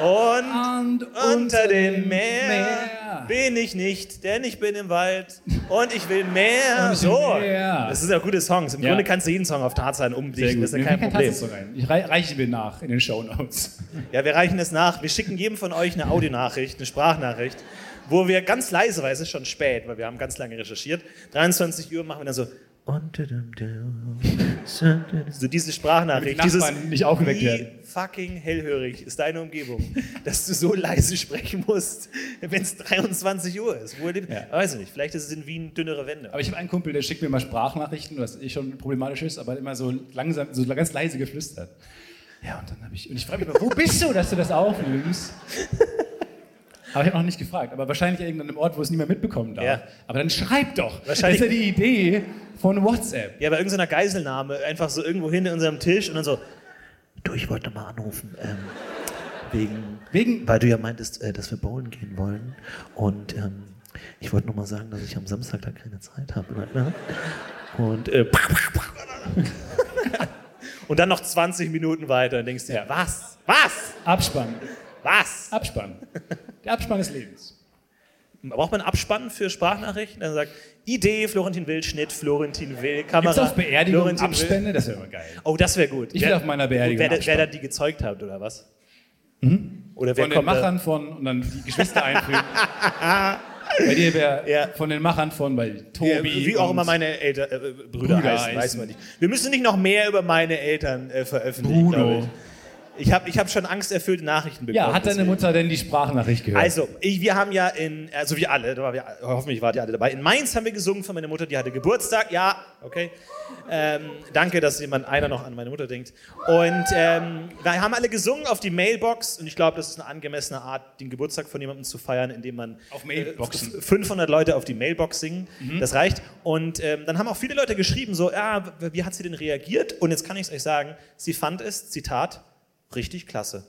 Und
und
unter dem Meer, bin ich nicht, denn ich bin im Wald und ich will mehr.
Und ich will
so.
mehr.
Das ist ja gute Songs. Im
Ja.
Grunde kannst du jeden Song auf Tarzan
Sehr
umdichten. um Das ist
gut.
ja
Mir
kein
fällt
Problem.
kein Tarzan-Song ein. Ich rei- reichen wir nach in den Shownotes.
Ja, wir reichen es nach. Wir schicken jedem von euch eine Audionachricht, eine Sprachnachricht, wo wir ganz leise, weil es ist schon spät, weil wir haben ganz lange recherchiert. 23 Uhr machen wir dann so. unter dem Dau- So diese Sprachnachricht,
Damit die
dieses
Nachbarn nicht aufgeweckt
wie
werden.
fucking hellhörig ist deine Umgebung, *laughs* dass du so leise sprechen musst, wenn es 23 Uhr ist. Wohl dem-
Ja.
Weiß ich nicht, vielleicht ist es in Wien dünnere Wände.
Aber ich habe einen Kumpel, der schickt mir immer Sprachnachrichten, was eh schon problematisch ist, aber immer so langsam, so ganz leise geflüstert. Ja, und dann habe ich, und ich frage mich immer, wo bist du, dass du das aufnimmst? Aber ich habe noch nicht gefragt. Aber wahrscheinlich irgendwann einem Ort, wo es niemand mitbekommen darf.
Ja.
Aber dann schreib doch.
Wahrscheinlich-
Das ist ja die Idee von WhatsApp.
Ja, bei irgendeiner Geiselnahme, einfach so irgendwo hin in unserem Tisch und dann so, du, ich wollte mal anrufen, ähm, wegen
Wegen,
Weil du ja meintest, äh, dass wir bowlen gehen wollen. Und ähm, ich wollte nur mal sagen, dass ich am Samstag da keine Zeit habe. Ne? Und äh,
*laughs* Und dann noch 20 Minuten weiter und denkst dir,
Ja.
was? Was?
Abspann.
Was?
Abspann. Der Abspann des Lebens.
Braucht man Abspannen für Sprachnachrichten? Dann sagt Idee, Florentin Will, Schnitt, Florentin Will, Kamera.
Gibt es auf Beerdigungen
Florentin Will.
Abstände? Das wäre immer geil.
Oh, das wäre gut.
Ich will auf meiner Beerdigung
Wer, da- wer
abspannen.
da die gezeugt hat, oder was? Oder wer
Von
kommt
den
da-
Machern von und dann die
*laughs*
Geschwister einfügen. Bei dir wäre
Ja.
von den Machern von, weil
Ja,
Tobi.
wie auch
und
immer meine Eltern, äh, Brüder, heißen,
heißen.
weiß man nicht. Wir müssen nicht noch mehr über meine Eltern äh, veröffentlichen.
Bruno.
glaub Ich, ich habe ich hab schon angsterfüllte Nachrichten bekommen.
Ja, hat deine
deswegen.
Mutter denn die Sprachnachricht gehört?
Also, ich, wir haben ja in, also wir alle, da war- wir, hoffentlich wart ihr alle dabei. In Mainz haben wir gesungen für meine Mutter, die hatte Geburtstag. Ja, okay. Ähm, danke, dass jemand einer noch an meine Mutter denkt. Und ähm, da haben alle gesungen auf die Mailbox und ich glaube, das ist eine angemessene Art, den Geburtstag von jemandem zu feiern, indem man
Auf Mailboxen. Mhm.
äh, 500 Leute auf die Mailbox singen. Das reicht. Und ähm, dann haben auch viele Leute geschrieben, so, ja, w- wie hat sie denn reagiert? Und jetzt kann ich es euch sagen, sie fand es, Zitat, richtig klasse.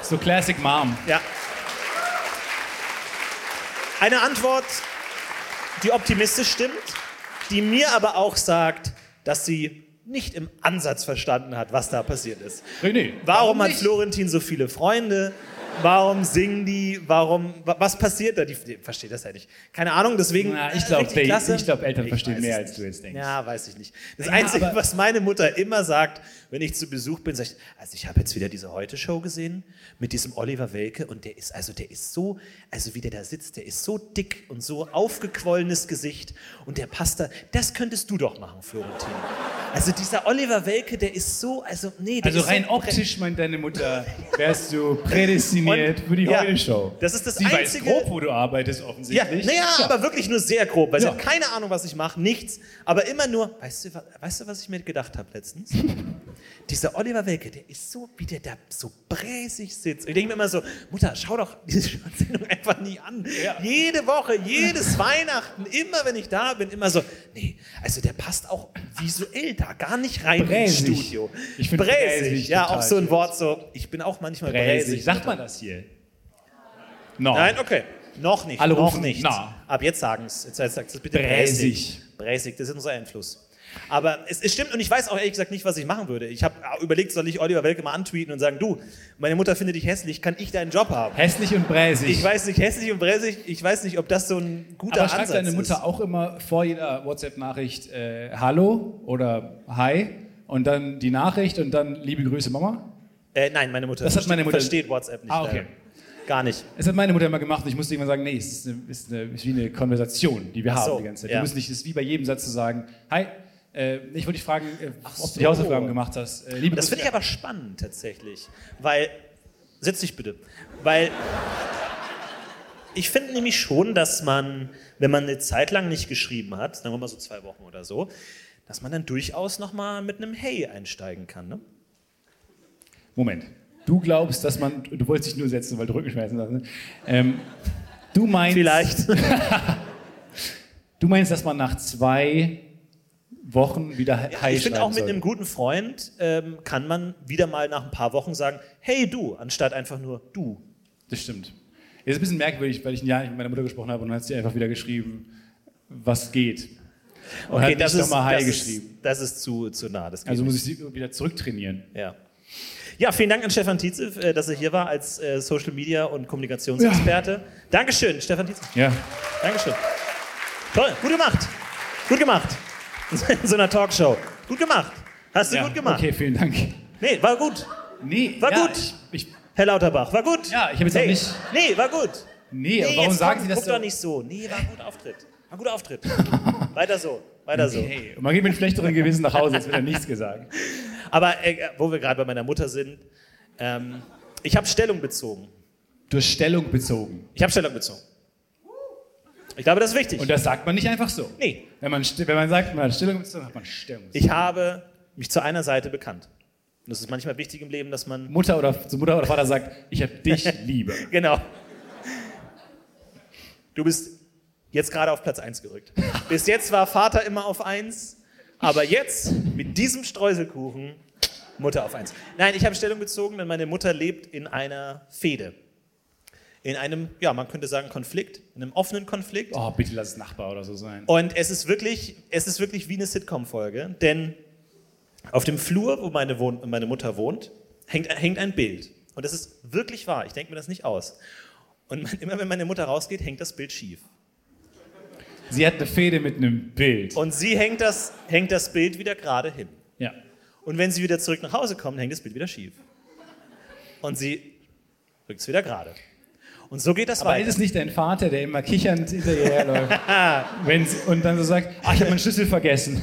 so Classic Mom.
Ja. Eine Antwort, die optimistisch stimmt, die mir aber auch sagt, dass sie nicht im Ansatz verstanden hat, was da passiert ist.
René.
Warum hat
nicht?
Florentin so viele Freunde? Warum singen die? Warum? wa- Was passiert da? Die, die versteht das ja nicht. Keine Ahnung, deswegen.
Na, ich glaub,
richtig
die-
klasse.
ich glaub, Eltern verstehen
weiß
mehr,
es
als
nicht.
du jetzt denkst.
Ja, weiß ich nicht. Das
Ja,
Einzige,
aber-
was meine Mutter immer sagt, wenn ich zu Besuch bin, sagt, also ich habe jetzt wieder diese Heute-Show gesehen mit diesem Oliver Welke und der ist, also der ist so, also wie der da sitzt, der ist so dick und so aufgequollenes Gesicht und der passt da. Das könntest du doch machen, Florentin. Also dieser Oliver Welke, der ist so, also nee, der
Also
ist
rein
so,
optisch, meint deine Mutter, wärst du prädestiniert
Und-
für die
ja,
Heute-Show.
das ist das
Sie
einzige-
weiß grob, wo du arbeitest,
Ja,
offensichtlich.
naja, aber wirklich nur sehr grob, weil sie
Ja.
hat keine Ahnung, was ich mache, nichts. Aber immer nur, weißt du, wa- weißt du was ich mir gedacht habe
*laughs*
letztens? Dieser Oliver Welke, der ist so, wie der da so bräsig sitzt. Und ich denke mir immer so, Mutter, schau doch diese *laughs* Sendung einfach nie an. Jede Woche, jedes Weihnachten, immer wenn ich da bin, immer so, nee, also der passt auch visuell da gar nicht rein
Bräsig.
ins Studio.
Ich find bräsig
ja,
total
auch so ein
süß.
Wort so, ich bin auch manchmal bräsig.
Bräsig. Sagt man das hier? No.
Nein, okay. Noch nicht.
Alle
noch
rufen,
nicht.
na.
Ab jetzt sagen es. Jetzt, jetzt sagt es bitte
Bräsig.
bräsig. Bräsig, das ist unser Einfluss. Aber es, es stimmt und ich weiß auch ehrlich gesagt nicht, was ich machen würde. Ich habe überlegt, soll ich Oliver Welke mal antweeten und sagen, du, meine Mutter findet dich hässlich, kann ich deinen Job haben?
Hässlich und bräsig.
oh- Ich weiß nicht, hässlich und bräsig, ich weiß nicht, ob das so ein guter
aber schreibt
Ansatz
deine Mutter
ist.
auch immer vor jeder WhatsApp-Nachricht äh, Hallo oder Hi und dann die Nachricht und dann liebe Grüße Mama?
Äh, nein, meine Mutter,
Das hat meine Mutter-
versteht WhatsApp nicht.
Ah, okay.
leider. Gar nicht.
Es hat meine Mutter immer gemacht und ich musste irgendwann sagen, nee, es ist, eine, ist, eine, ist wie eine Konversation, die wir
so,
haben die ganze Zeit.
ja.
Du musst nicht, es ist wie bei jedem Satz zu sagen, hi, äh, ich wollte dich fragen, äh, ob du die
so.
Hausaufgaben gemacht hast. Äh, liebe
Das
Grüße.
finde ich aber spannend tatsächlich, weil setz dich bitte, weil ich finde nämlich schon, dass man, wenn man eine Zeit lang nicht geschrieben hat, sagen wir mal so zwei Wochen oder so, dass man dann durchaus noch mal mit einem Hey einsteigen kann. Ne?
Moment. Du glaubst, dass man, du wolltest dich nur setzen, weil du Rückenschmerzen hast. Ne? Ähm, du meinst,
Vielleicht.
du meinst, dass man nach zwei Wochen wieder
*laughs*
Hi
ich finde auch mit
sollte.
einem guten Freund ähm, kann man wieder mal nach ein paar Wochen sagen Hey du, anstatt einfach nur du.
Das stimmt. Es ist ein bisschen merkwürdig, weil ich ein Jahr nicht mit meiner Mutter gesprochen habe und dann hat sie einfach wieder geschrieben, was geht. Und hat nicht nochmal Hi
das
geschrieben.
Ist, das ist zu, zu nah. Das geht
Also
nicht.
muss ich sie wieder zurücktrainieren.
Ja. Ja, vielen Dank an Stefan Tietze, äh, dass er hier war als äh, Social Media und Kommunikationsexperte. Dankeschön, Stefan Tietze.
Ja.
Dankeschön. Toll, gut gemacht. Gut gemacht. In so einer Talkshow. Gut gemacht. Hast du
ja.
gut gemacht.
Okay, vielen Dank.
Nee, war gut.
Nee,
War
ja,
gut.
Ich, ich,
Herr Lauterbach, war gut.
Ja, ich hab jetzt auch
hey.
nicht-
Nee, war gut.
nee, aber
Nee,
warum
jetzt
sagen
komm,
Sie das
guck
so?
doch nicht so. Nee, war ein guter Auftritt. War ein guter
*laughs*
Auftritt. Weiter so. Weiter so.
Hey, und man geht mit schlechteren Gewissen nach Hause,
*laughs*
jetzt wird er nichts gesagt.
Aber äh, wo wir gerade bei meiner Mutter sind, ähm, ich habe Stellung bezogen.
Durch Stellung bezogen.
Ich habe Stellung bezogen. Ich glaube, das ist wichtig.
Und das sagt man nicht einfach so.
nee,
Wenn man, st- wenn man sagt, man hat Stellung bezogen, hat man Stellung bezogen.
ich habe mich zu einer Seite bekannt. Und es ist manchmal wichtig im Leben, dass man. *laughs*
Mutter oder, zu Mutter oder Vater sagt, ich habe dich *laughs* lieber.
Genau. Du bist jetzt gerade auf Platz 1 gerückt. Bis jetzt war Vater immer auf 1, aber jetzt mit diesem Streuselkuchen Mutter auf 1. Nein, ich habe Stellung bezogen, denn meine Mutter lebt in einer Fehde. In einem, ja, man könnte sagen Konflikt, in einem offenen Konflikt.
Oh, bitte lass es Nachbar oder so sein.
Und es ist wirklich, es ist wirklich wie eine Sitcom-Folge, denn auf dem Flur, wo meine, Wohn meine Mutter wohnt, hängt, hängt ein Bild. Und das ist wirklich wahr. Ich denke mir das nicht aus. Und mein, immer wenn meine Mutter rausgeht, hängt das Bild schief.
Sie hat eine Fehde mit einem Bild.
Und sie hängt das, hängt das Bild wieder gerade hin.
Ja.
Und wenn sie wieder zurück nach Hause kommt, hängt das Bild wieder schief. Und sie rückt es wieder gerade. Und so geht das
Aber ist
weiter.
es nicht dein Vater, der immer kichernd hinter ihr herläuft
*laughs*
Wenn's, und dann so sagt, ach, ich habe meinen Schlüssel vergessen.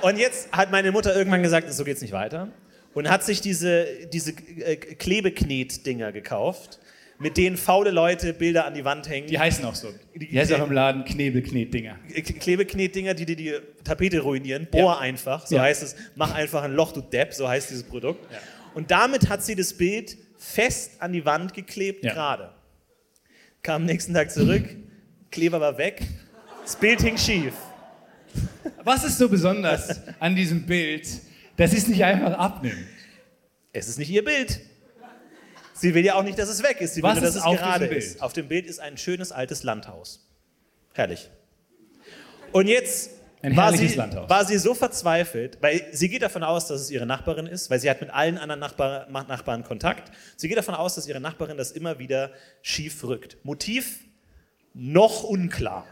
Und jetzt hat meine Mutter irgendwann gesagt, so geht's nicht weiter. Und hat sich diese, diese äh, Klebeknet-Dinger gekauft, mit denen faule Leute Bilder an die Wand hängen.
Die heißen auch so. Die
Die-
heißen auch im Laden Knebelknet-Dinger.
Klebeknetdinger, die dir die Tapete ruinieren. Bohr
Ja.
einfach, so
Ja.
heißt es. Mach einfach ein Loch, du Depp, so heißt dieses Produkt. Und damit hat sie das Bild fest an die Wand geklebt,
Ja.
gerade. Kam am nächsten Tag zurück, Kleber war weg, das Bild hing schief.
Was ist so besonders an diesem Bild, dass sie es nicht einfach abnimmt?
Es ist nicht ihr Bild. Sie will ja auch nicht, dass es weg ist. Sie
Was
will nur, dass
ist
es
auf
gerade
diesem
ist.
Bild?
Auf dem Bild ist ein schönes altes Landhaus. Herrlich. Und jetzt
Ein
war
herrliches
sie,
Landhaus.
war sie so verzweifelt, weil sie geht davon aus, dass es ihre Nachbarin ist, weil sie hat mit allen anderen Nachbar Ma- Nachbarn Kontakt. Sie geht davon aus, dass ihre Nachbarin das immer wieder schief rückt. Motiv noch unklar.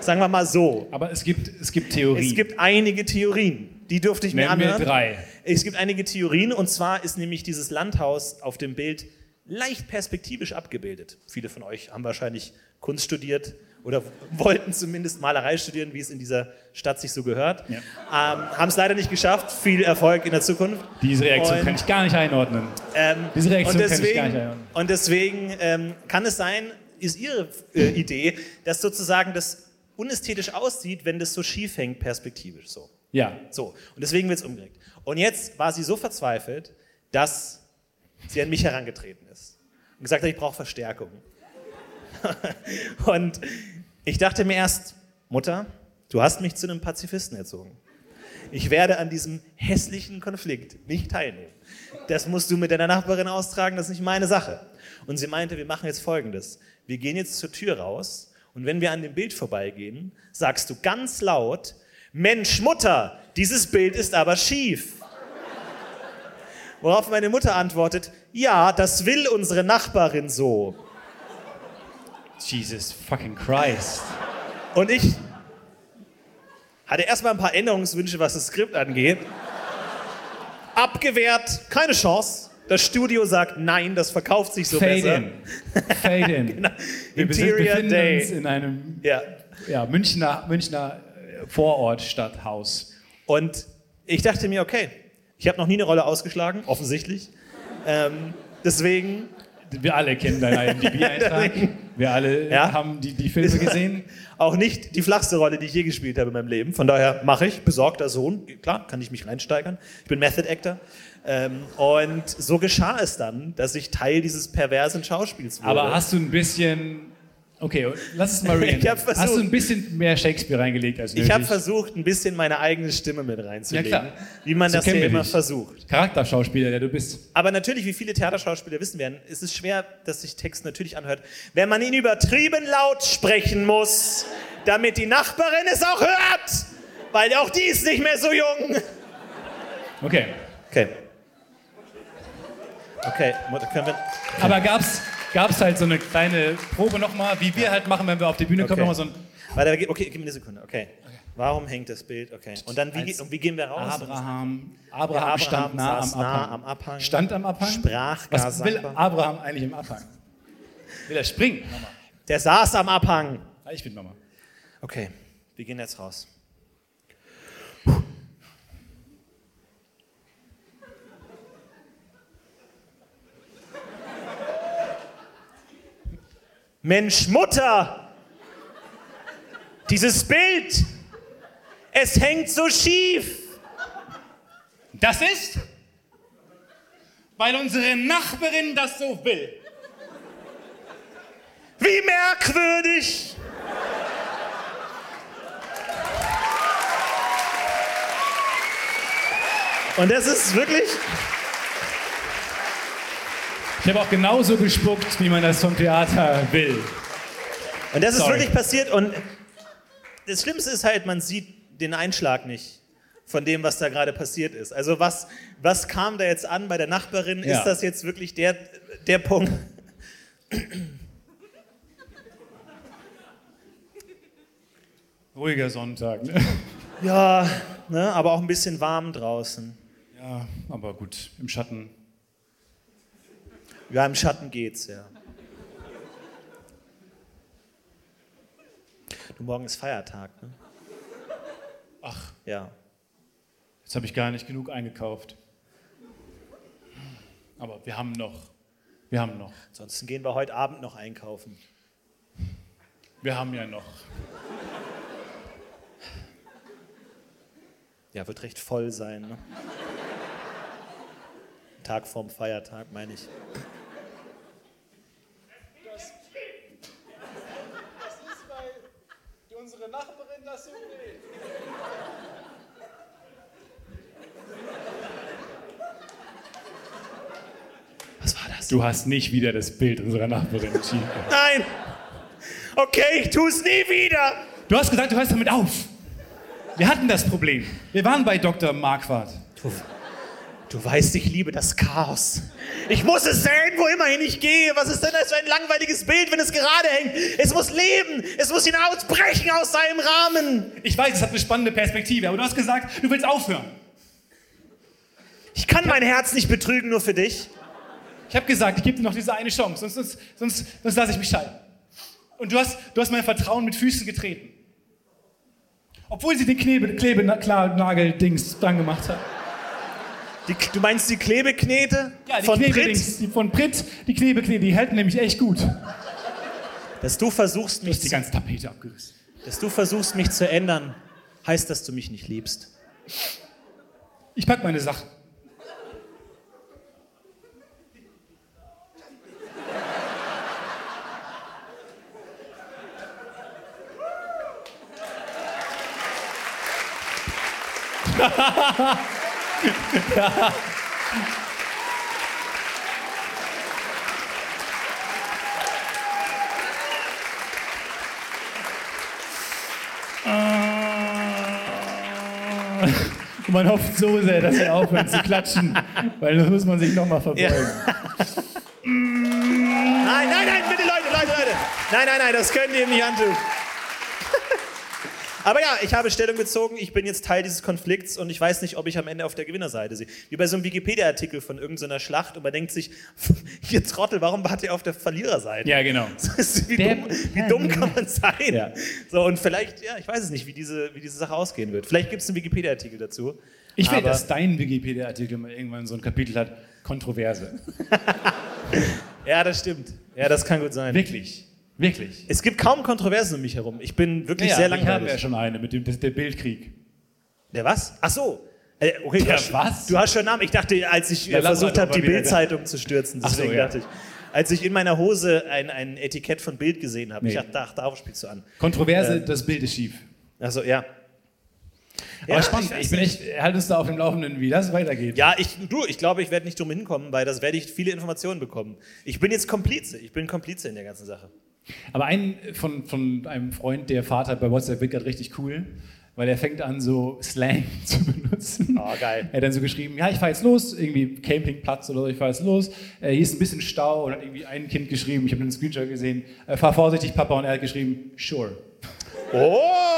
Sagen wir mal so.
Aber es gibt, es gibt Theorien.
Es gibt einige Theorien, die durfte ich mir
Nennen wir
anhören.
drei.
Es gibt einige Theorien und zwar ist nämlich dieses Landhaus auf dem Bild leicht perspektivisch abgebildet. Viele von euch haben wahrscheinlich Kunst studiert oder wollten zumindest Malerei studieren, wie es in dieser Stadt sich so gehört.
Ja.
Ähm, haben es leider nicht geschafft. Viel Erfolg in der Zukunft.
Diese Reaktion
Und-
kann ich gar nicht einordnen.
ähm,
Diese Reaktion
und
kann ich
deswegen,
gar nicht einordnen.
Und deswegen ähm, kann es sein, ist Ihre äh, Idee, dass sozusagen das unästhetisch aussieht, wenn das so schief hängt, perspektivisch so.
Ja.
So, und deswegen wird es umgeregt. Und jetzt war sie so verzweifelt, dass sie an mich herangetreten ist und gesagt hat, ich brauche Verstärkung. *laughs* und ich dachte mir erst, Mutter, du hast mich zu einem Pazifisten erzogen. Ich werde an diesem hässlichen Konflikt nicht teilnehmen. Das musst du mit deiner Nachbarin austragen, das ist nicht meine Sache. Und sie meinte, wir machen jetzt Folgendes. Wir gehen jetzt zur Tür raus und wenn wir an dem Bild vorbeigehen, sagst du ganz laut, Mensch, Mutter, dieses Bild ist aber schief. Worauf meine Mutter antwortet, ja, das will unsere Nachbarin so.
Jesus fucking Christ.
Und ich hatte erstmal ein paar Änderungswünsche, was das Skript angeht. Abgewehrt, keine Chance. Das Studio sagt, nein, das verkauft sich so
Fade
besser. *laughs* Genau.
in. Fade in. Wir
Interior
befinden
Day.
uns in einem
Ja.
ja, Münchner, Münchner äh, Vorort Stadthaus.
Und ich dachte mir, okay, ich habe noch nie eine Rolle ausgeschlagen, offensichtlich. Ähm, deswegen
Wir alle kennen deinen IMDb-Eintrag. Wir alle äh,
Ja.
haben die, die Filme gesehen.
auch nicht die flachste Rolle, die ich je gespielt habe in meinem Leben. Von daher mache ich, besorgter Sohn, klar, kann ich mich reinsteigern. Ich bin Method Actor. Ähm, und so geschah es dann, dass ich Teil dieses perversen Schauspiels wurde.
Aber hast du ein bisschen. Okay, lass es mal reden.
Ich hab versucht-
hast du ein bisschen mehr Shakespeare reingelegt als nötig?
Ich habe versucht, ein bisschen meine eigene Stimme mit reinzulegen,
Ja, klar.
wie man
So
das
kennen
ja
wir
immer
dich.
versucht.
Charakterschauspieler, der du bist.
Aber natürlich, wie viele Theaterschauspieler wissen werden, ist es schwer, dass sich Text natürlich anhört, wenn man ihn übertrieben laut sprechen muss, damit die Nachbarin es auch hört, weil auch die ist nicht mehr so jung.
Okay.
Okay. Okay, Mutter, können wir...
Aber gab's gab's halt so eine kleine Probe nochmal, wie wir halt machen, wenn wir auf die Bühne kommen,
Okay.
nochmal so ein
Warte, ge- okay, gib mir eine Sekunde. Okay. Warum hängt das Bild? Okay. Und dann, wie,
Eins.
ge- und wie gehen wir raus?
Abraham. Abraham,
Abraham
stand nah am,
saß nah
Abhang.
am Abhang.
Stand am Abhang?
Sprach gar
Was will
sangbar.
Abraham eigentlich im Abhang? Will er springen? Nochmal.
Der saß am Abhang.
Ah, Ich bin Mama.
Okay, wir gehen jetzt raus. Mensch, Mutter! Dieses Bild! Es hängt so schief!
Das ist, weil unsere Nachbarin das so will.
Wie merkwürdig! Und das ist wirklich.
Ich habe auch genauso gespuckt, wie man das vom Theater will.
Und das ist
Sorry.
wirklich passiert. Und das Schlimmste ist halt, man sieht den Einschlag nicht von dem, was da gerade passiert ist. Also was, was kam da jetzt an bei der Nachbarin?
Ja.
Ist das jetzt wirklich der, der Punkt?
Ruhiger Sonntag. Ne?
Ja, ne, aber auch ein bisschen warm draußen.
Ja, aber gut, im Schatten.
Ja, im Schatten geht's, ja. Du, morgen ist Feiertag, ne?
Ach,
Ja.
jetzt habe ich gar nicht genug eingekauft. Aber wir haben noch. Wir haben noch.
Ansonsten gehen wir heute Abend noch einkaufen.
Wir haben ja noch.
Ja, wird recht voll sein, ne? Tag vorm Feiertag, meine ich.
Das ist, weil unsere Nachbarin das so will.
Was war das?
Du hast nicht wieder das Bild unserer Nachbarin entschieden.
Nein! Okay, ich tue es nie wieder!
Du hast gesagt, du hörst damit auf. Wir hatten das Problem. Wir waren bei Dr. Marquardt.
Du, du weißt, ich liebe das Chaos. Ich muss es sehen, wo immerhin ich gehe. Was ist denn das für ein langweiliges Bild, wenn es gerade hängt? Es muss leben! Es muss hinausbrechen aus seinem Rahmen!
Ich weiß, es hat eine spannende Perspektive, aber du hast gesagt, du willst aufhören.
Ich kann mein Herz nicht betrügen, nur für dich.
Ich habe gesagt, ich gebe dir noch diese eine Chance, sonst, sonst, sonst, sonst lasse ich mich scheiden. Und du hast, du hast mein Vertrauen mit Füßen getreten. Obwohl sie den Klebe- Klebenagel-Dings dran gemacht hat.
Die, du meinst die Klebeknete
Ja, die
von Brit?
Klebedings, die von Brit, die Klebeknete, die hält nämlich echt gut. Du
Dass du versuchst, mich
hast die
zu,
ganze Tapete abgerissen.
dass du versuchst, mich zu ändern, heißt, dass du mich nicht liebst.
Ich pack meine Sachen. Ah. Und man hofft so sehr, dass wir aufhören zu *laughs* klatschen, weil das muss man sich nochmal verbeugen.
Nein, nein, nein, bitte Leute, Leute, Leute. Nein, nein, nein, das könnt ihr ihm nicht antun. *laughs* Aber ja, ich habe Stellung bezogen, ich bin jetzt Teil dieses Konflikts und ich weiß nicht, ob ich am Ende auf der Gewinnerseite sehe. Wie bei so einem Wikipedia-Artikel von irgendeiner Schlacht und man denkt sich, *laughs* ihr Trottel, warum wart ihr auf der Verliererseite?
Ja, genau.
*laughs* Das ist- Wie
Der-
dumm, wie dumm kann man sein?
Ja.
So, und vielleicht, ja, ich weiß es nicht, wie diese, wie diese Sache ausgehen wird. Vielleicht gibt es einen Wikipedia-Artikel dazu.
Ich will,
Aber-
dass dein Wikipedia-Artikel mal irgendwann so ein Kapitel hat,
*laughs*
Kontroverse.
Ja, das stimmt. Ja, das kann gut sein.
Wirklich, wirklich.
Es gibt kaum Kontroversen um mich herum. Ich bin wirklich
Ja,
sehr
ich habe ja
langweilig.
schon eine mit dem das, der Bildkrieg.
Der was? Ach so. Äh, Okay, du
Der
hast,
was?
Du hast schon einen Namen. Ich dachte, als ich
Ja,
äh,
lass
versucht
mal
habe, die
doch mal wieder.
Bild-Zeitung zu stürzen,
Ach so,
deswegen
ja.
dachte ich, als ich in meiner Hose ein, ein Etikett von Bild gesehen habe,
Nee.
ich dachte, ach, darauf spielst du an.
Kontroverse,
Ähm.
das Bild ist schief.
Also, ja.
Aber spannend, ich, bin echt, halt uns da auf dem Laufenden, wie das weitergeht.
Ja, ich, du, ich glaube, ich werde nicht drum hinkommen, weil das werde ich viele Informationen bekommen. Ich bin jetzt Komplize. Ich bin Komplize in der ganzen Sache.
Aber einen von, von einem Freund, der Vater bei WhatsApp wird gerade richtig cool, weil er fängt an, so Slang *laughs* zu benutzen.
Oh, geil.
Er hat dann so geschrieben, ja, ich fahre jetzt los, irgendwie Campingplatz oder so, ich fahre jetzt los. Äh, hier ist ein bisschen Stau und hat irgendwie ein Kind geschrieben, ich habe einen Screenshot gesehen, äh, fahr vorsichtig, Papa. Und er hat geschrieben, sure.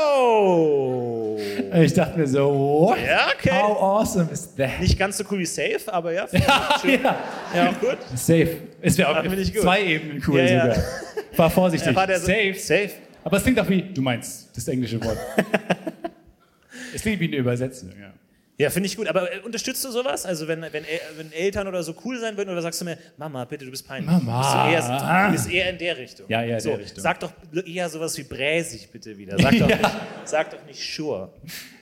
Oh!
Ich dachte mir so, what?
Ja, okay.
How awesome is that?
Nicht ganz so cool wie Safe, aber
*laughs*
ja, finde ich schön.
ja,
ja, gut.
safe. Es wäre
finde ich
auf
gut.
zwei Ebenen cool
Ja, ja.
sogar.
*laughs*
Fahr vorsichtig.
Da war der so-
safe.
Safe.
Aber es klingt auch wie, du meinst, das englische Wort. *laughs* es klingt wie eine Übersetzung, ja.
Ja, finde ich gut. Aber äh, unterstützt du sowas? Also wenn, wenn, El- wenn Eltern oder so cool sein würden oder sagst du mir, Mama, bitte, du bist peinlich.
Mama.
Bist du eher, so, du bist eher in der Richtung.
Ja, ja, in
so,
der Richtung.
Sag doch eher sowas wie bräsig bitte wieder. Sag doch,
*laughs* Ja.
nicht, sag doch nicht sure.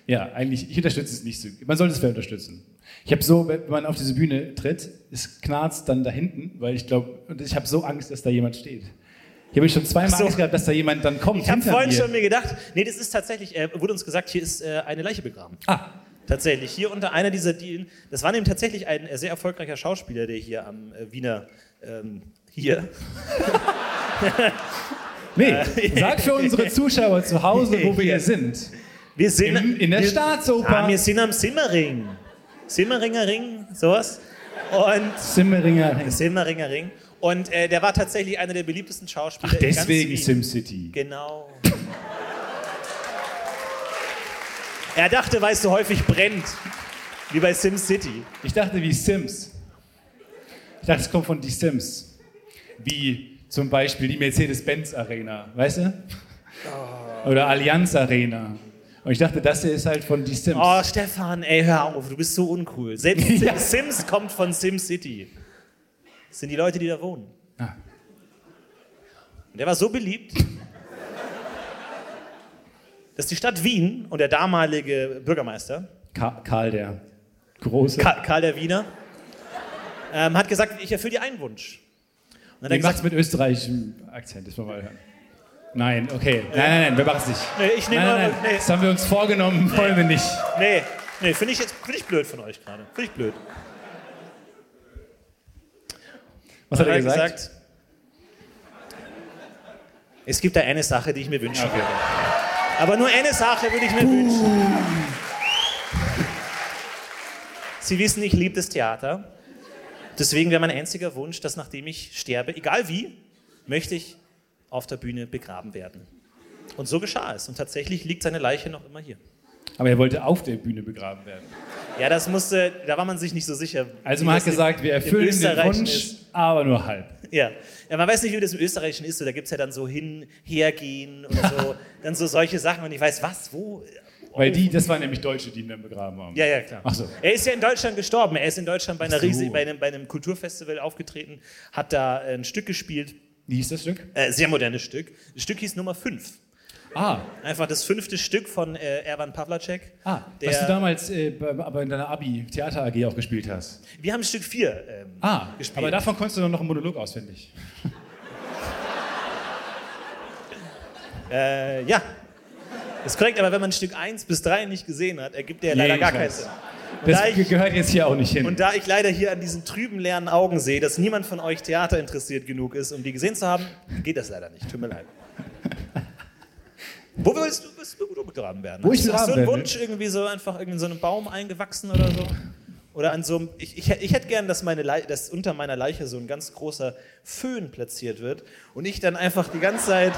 Ja, eigentlich, ich unterstütze es nicht so. Man sollte es vielleicht unterstützen. Ich habe so, wenn man auf diese Bühne tritt, es knarzt dann da hinten, weil ich glaube, und ich habe so Angst, dass da jemand steht. Ich habe schon zweimal
Ach so.
Angst gehabt, dass da jemand dann kommt.
Ich habe
hinter
vorhin
mir.
schon mir gedacht, nee, das ist tatsächlich, äh, wurde uns gesagt, hier ist äh, eine Leiche begraben.
Ah,
Tatsächlich, hier unter einer dieser Dielen. Das war nämlich tatsächlich ein äh, sehr erfolgreicher Schauspieler, der hier am äh, Wiener, ähm, hier,
nee,
*laughs*
sag für unsere Zuschauer zu Hause, wo wir
Hier.
hier sind.
Wir sind
Im- in der
wir,
Staatsoper.
Ah, wir sind am Simmering. Simmeringer Ring, sowas. Und
Simmeringer.
Simmeringer Ring. Und äh, der war tatsächlich einer der beliebtesten Schauspieler.
Ach, deswegen
in ganz Wien.
SimCity.
Genau. er dachte, weißt du, häufig brennt. Wie bei SimCity.
Ich dachte wie Sims. Ich dachte, es kommt von die Sims. Wie zum Beispiel die Mercedes-Benz Arena, weißt du?
Ah.
Oder Allianz Arena. Und ich dachte, das hier ist halt von die Sims.
Oh, Stefan, ey, hör auf, du bist so uncool.
*laughs*
Selbst Sim-
Ja.
Sims kommt von SimCity. Das sind die Leute, die da wohnen.
Ah.
Und der war so beliebt, dass die Stadt Wien und der damalige Bürgermeister,
Ka Karl der Große.
Ka- Karl der Wiener, ähm, hat gesagt, ich erfülle dir einen Wunsch. Und dann hat er
Wie
gesagt,
macht's mit österreichischem Akzent? Das wollen wir mal hören. Nein, okay. Nein, nein, nein, wir machen's nicht.
Nee, ich nehme
nein, nein,
mal-
nein.
nee.
Das haben wir uns vorgenommen, wollen wir nicht.
nee, nee, finde ich jetzt find ich blöd von euch gerade. Finde ich blöd.
Was hat
Dann
er
hat
gesagt?
es gibt da eine Sache, die ich mir wünschen
Okay.
würde. Aber nur eine Sache würde ich mir wünschen. Sie wissen, ich liebe das Theater. Deswegen wäre mein einziger Wunsch, dass nachdem ich sterbe, egal wie, möchte ich auf der Bühne begraben werden. Und so geschah es. Und tatsächlich liegt seine Leiche noch immer hier.
Aber er wollte auf der Bühne begraben werden.
Ja, das musste, da war man sich nicht so sicher.
Also
wie
man
das
hat gesagt, wir
im
erfüllen den
Österreichischen
Wunsch,
ist.
aber nur halb.
Ja. ja, man weiß nicht, wie das im Österreichischen ist. So, da gibt es ja dann so hin, hergehen oder
*laughs*
so, dann so solche Sachen und ich weiß, was, wo.
Weil die, das waren nämlich Deutsche, die ihn dann begraben haben.
Oh. Ja, ja, klar.
Ach so.
Er ist ja in Deutschland gestorben. Er ist in Deutschland bei, einer
Ach so.
riesigen, bei, einem, bei einem Kulturfestival aufgetreten, hat da ein Stück gespielt,
Wie hieß das Stück?
äh, sehr modernes Stück. Das Stück hieß Nummer 5.
Ah,
Einfach das fünfte Stück von äh, Erwan Pavlacek.
ah
Der-
was du damals äh, bei- aber in deiner Abi-Theater-AG auch gespielt hast.
Wir haben Stück 4 ähm,
Ah,
gespielt.
aber davon konntest du dann noch einen Monolog auswendig.
Äh, ja, ist korrekt, aber wenn man Stück 1 bis 3 nicht gesehen hat, ergibt der
Nee,
leider
ich
gar keinen
weiß.
Sinn. Und
Das
da ich-
ge- gehört jetzt hier auch nicht hin.
Und da ich leider hier an diesen trüben, leeren Augen sehe, dass niemand von euch Theater interessiert genug ist, um die gesehen zu haben, geht das leider nicht. Tut mir leid. Wo willst du, willst du gut begraben werden?
Wo ich
Hast du-
begraben
Hast du einen
werde?
Wunsch, irgendwie so einfach irgendwie in so einem Baum eingewachsen oder so? Oder an so einem, ich, ich, ich hätte gern, dass, meine Lei- dass unter meiner Leiche so ein ganz großer Föhn platziert wird und ich dann einfach die ganze Zeit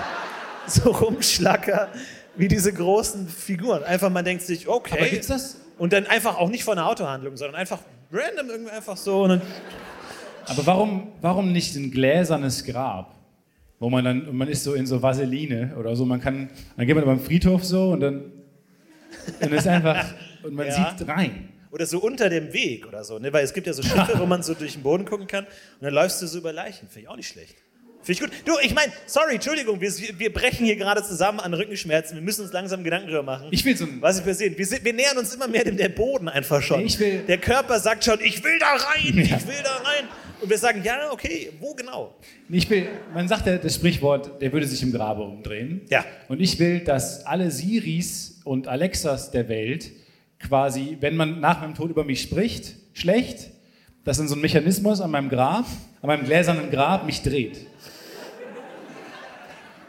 so rumschlacker wie diese großen Figuren. Einfach man denkt sich, okay.
aber gibt's das?
Und dann einfach auch nicht von einer Autohandlung, sondern einfach random irgendwie einfach so. Und dann,
Aber warum, warum nicht ein gläsernes Grab? Wo man dann, und man ist so in so Vaseline oder so, man kann, dann geht man beim Friedhof so und dann, dann ist einfach, und man
Ja.
sieht rein.
oder so unter dem Weg oder so, ne? Weil es gibt ja so Schiffe, wo man so durch den Boden gucken kann und dann läufst du so über Leichen. Finde ich auch nicht schlecht. Finde ich gut. Du, ich meine, sorry, Entschuldigung, wir, wir brechen hier gerade zusammen an Rückenschmerzen. Wir müssen uns langsam Gedanken drüber machen.
Ich will so ein,
was ist passiert? Wir, sind, wir nähern uns immer mehr dem der Boden einfach schon.
Nee, ich will-
der Körper sagt schon, ich will da
*laughs*
rein, ich will da rein. Und wir sagen, ja, okay, wo genau?
ich will, man sagt ja das Sprichwort, der würde sich im Grabe umdrehen.
Ja.
Und ich will, dass alle Siris und Alexas der Welt quasi, wenn man nach meinem Tod über mich spricht, schlecht, dass dann so ein Mechanismus an meinem Grab, an meinem gläsernen Grab mich dreht.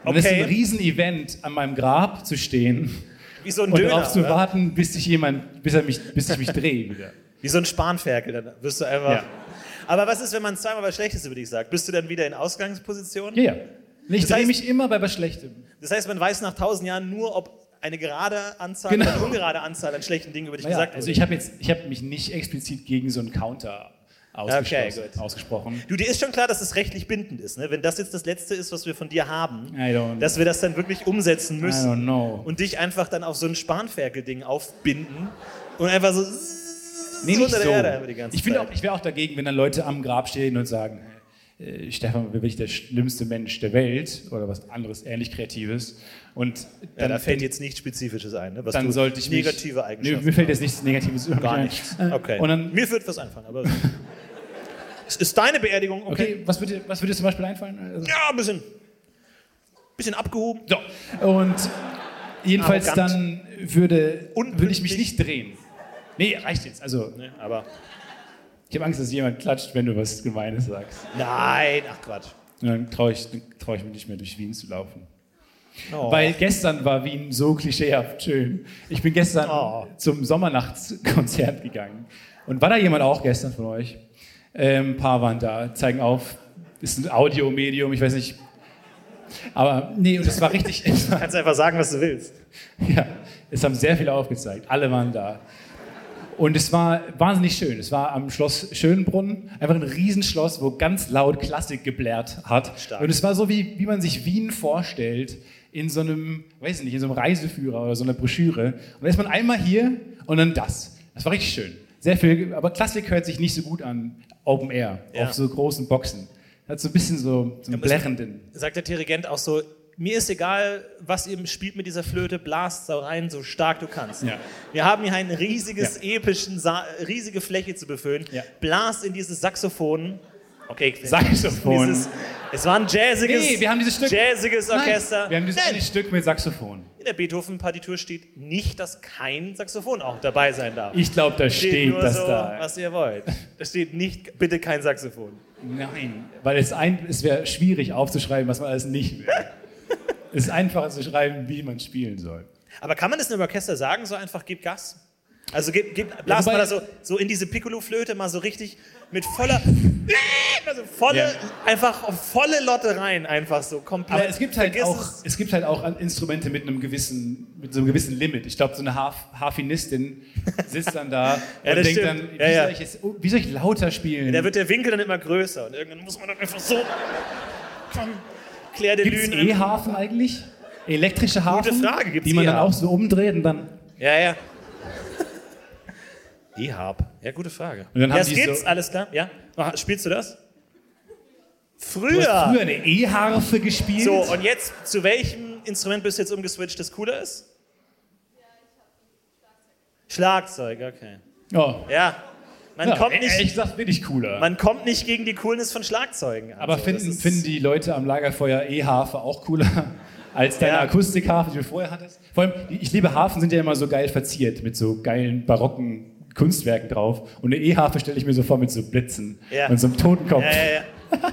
Und es ist ein
Okay,
Riesenevent, an meinem Grab zu stehen
wie so ein
und
Döner.
darauf zu
oder?
warten, bis sich jemand, bis, er mich, bis ich mich drehe wieder.
Wie so ein Spanferkel, dann wirst du einfach.
Ja.
Aber was ist, wenn man zweimal was Schlechtes über dich sagt? Bist du dann wieder in Ausgangsposition?
Ja, ja. Und Ich
Das
drehe
heißt-
mich immer bei was Schlechtem.
Das heißt, man weiß nach tausend Jahren nur, ob eine gerade Anzahl
Genau.
oder eine ungerade Anzahl an schlechten Dingen über dich
Naja,
gesagt
also
wurde.
ich habe jetzt, ich habe mich nicht explizit gegen so einen Counter ausgeschlossen,
Okay, gut.
ausgesprochen.
Du, dir ist schon klar, dass es rechtlich bindend ist. Ne? Wenn das jetzt das Letzte ist, was wir von dir haben,
I don't,
dass wir das dann wirklich umsetzen
I
müssen
don't know.
und dich einfach dann auf so ein Spanferkel-Ding aufbinden und einfach so
nee, nicht
unter der
so.
Erde einfach die ganze
ich finde
Zeit.
auch, ich wäre auch dagegen, wenn dann Leute am Grab stehen und sagen, äh, Stefan, bin ich der schlimmste Mensch der Welt oder was anderes ähnlich Kreatives. Und
ja,
dann
da fällt
den-
jetzt nichts Spezifisches ein, ne? was
dann
du
sollte ich mich-
negative
Nee,
Eigenschaften
mir fällt jetzt nichts Negatives über mich
Gar
ein.
nichts.
Äh,
Okay.
Und dann
Mir wird was einfallen, aber. *laughs* es ist deine Beerdigung, okay.
Okay, was würde was würd dir zum Beispiel einfallen? Also,
Ja, ein bisschen. Bisschen abgehoben.
so. Und jedenfalls
Arrogant.
dann würde, würde ich mich
Unpünktlich.
nicht drehen. Nee, reicht jetzt. Also,
Nee, ne? aber.
ich habe Angst, dass jemand klatscht, wenn du was Gemeines sagst.
Nein, ach Quatsch.
Und dann traue ich, dann trau ich mich nicht mehr durch Wien zu laufen.
Oh.
Weil gestern war Wien so klischeehaft schön. Ich bin gestern
Oh.
zum Sommernachtskonzert gegangen. Und war da jemand auch gestern von euch? Ähm, ein paar waren da, zeigen auf, ist ein Audiomedium, ich weiß nicht. Aber nee, und es war richtig, *laughs* es war,
Kannst einfach sagen, was du willst.
ja, es haben sehr viele aufgezeigt. Alle waren da. Und es war wahnsinnig schön. Es war am Schloss Schönbrunn, einfach ein Riesenschloss, wo ganz laut Klassik geblärt hat.
Stark.
Und es war so, wie, wie man sich Wien vorstellt, in so einem, weiß ich nicht, in so einem Reiseführer oder so einer Broschüre. Und dann ist man einmal hier und dann das. Das war richtig schön. Sehr viel, aber Klassik hört sich nicht so gut an, Open Air,
Ja.
auf so großen Boxen. Hat so ein bisschen so, so einen
muss man-
blechenden.
Sagt der Dirigent auch so, mir ist egal, was ihr spielt mit dieser Flöte, blast da rein, so stark du kannst.
Ja.
Wir haben hier ein riesiges, epischen, Sa riesige Fläche zu befüllen.
Ja.
Blast in dieses Saxophon. Okay,
Saxophon.
Dieses, es war ein jazziges,
Nee, wir haben dieses Stück.
jazziges Orchester.
Nein, wir haben dieses
Nein,
eine Stück mit Saxophon.
in der Beethoven-Partitur steht nicht, dass kein Saxophon auch dabei sein darf.
Ich glaube, da steht,
nur
das
so,
da.
was ihr wollt. Da steht nicht, bitte kein Saxophon.
Nein, weil es, ein- es wäre schwierig aufzuschreiben, was man alles nicht will. es ist einfacher zu schreiben, wie man spielen soll.
Aber kann man das in einem Orchester sagen, so einfach, gib Gas? Also gib, gib, blas
wobei-
mal da so, so in diese Piccolo-Flöte mal so richtig mit voller, also volle,
Ja.
einfach auf volle Lotte rein, einfach so komplett.
Aber es gibt halt
Vergiss
auch,
es.
es. gibt halt auch an- Instrumente mit einem gewissen, mit so einem gewissen Limit. Ich glaube, so eine Harf, Harfinistin sitzt dann da
*laughs* Ja, das
und denkt
stimmt.
dann, wie,
Ja, ja.
Soll ich es, wie soll ich lauter spielen?
Da wird der Winkel dann immer größer und irgendwann muss man dann einfach so, komm, Claire de
Gibt es
Lune.
E-Harfen eigentlich? Elektrische Harfen?
Frage, gibt's
die man dann
E-Harfen?
auch so umdreht und dann.
Ja, ja. *laughs* E-Harp. Ja, gute Frage.
Und dann
ja,
haben
es
die
gibt's,
so- Ah,
alles klar. Ja. Ach, Spielst du das?
Du hast
Früher.
früher eine E-Harfe gespielt.
So, und jetzt, zu welchem Instrument bist du jetzt umgeswitcht, das cooler ist? Schlagzeug, okay.
oh.
Ja, man,
Ja,
kommt nicht,
Ehrlich gesagt, bin ich cooler.
man kommt nicht gegen die Coolness von Schlagzeugen an.
Aber
so, das
finden,
ist-
finden die Leute am Lagerfeuer E-Harfe auch cooler *laughs* als deine
Ja.
Akustikharfe, die du vorher hattest? Vor allem, die- ich liebe Harfen, sind ja immer so geil verziert mit so geilen barocken Kunstwerken drauf. Und eine E-Harfe stelle ich mir so vor mit so Blitzen
Ja.
und so einem Totenkopf.
Ja, ja, ja.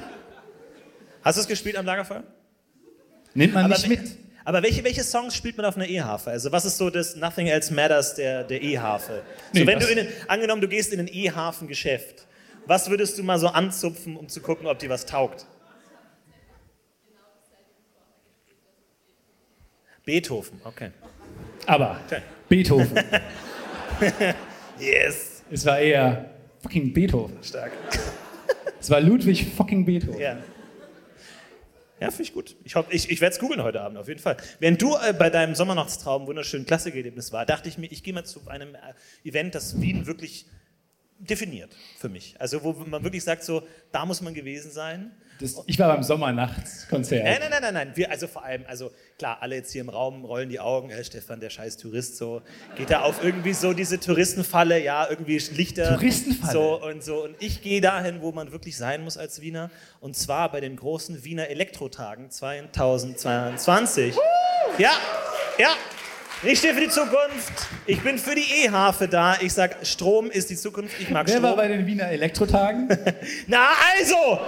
Hast du es gespielt am Lagerfeuer?
Nimmt man
Aber
nicht
we-
mit.
Aber welche, welche Songs spielt man auf einer E-Harfe? Also was ist so das Nothing Else Matters der, der E-Harfe?
Nee,
so wenn du
das-
in den, angenommen, du gehst in ein E-Harfen-Geschäft, was würdest du mal so anzupfen, um zu gucken, ob die was taugt? Beethoven, okay.
Aber Beethoven.
*laughs* Yes,
es war eher fucking Beethoven.
stark.
Es war Ludwig fucking Beethoven.
Ja. Ja, finde ich gut. Ich, hoff- ich, ich werde es googeln heute Abend, auf jeden Fall. Während du äh, bei deinem Sommernachtstraum wunderschönen Klassikerlebnis war, dachte ich mir, ich gehe mal zu einem äh, Event, das Wien wirklich definiert für mich. Also wo man wirklich sagt, so, da muss man gewesen sein.
Das, ich war beim Sommernachtskonzert.
Nein, nein, nein, nein, nein. Wir, also vor allem, also klar, alle jetzt hier im Raum rollen die Augen. Äh, Stefan, der scheiß Tourist, so geht da auf irgendwie so diese Touristenfalle, ja, irgendwie Lichter.
Touristenfalle?
So und so. Und ich gehe dahin, wo man wirklich sein muss als Wiener. Und zwar bei den großen Wiener Elektrotagen 2022. Ja, ja. Ich stehe für die Zukunft. Ich bin für die E-Harfe da. Ich sag, Strom ist die Zukunft. Ich mag
Wer
Strom.
war bei den Wiener
*laughs*
Elektrotagen?
Na also!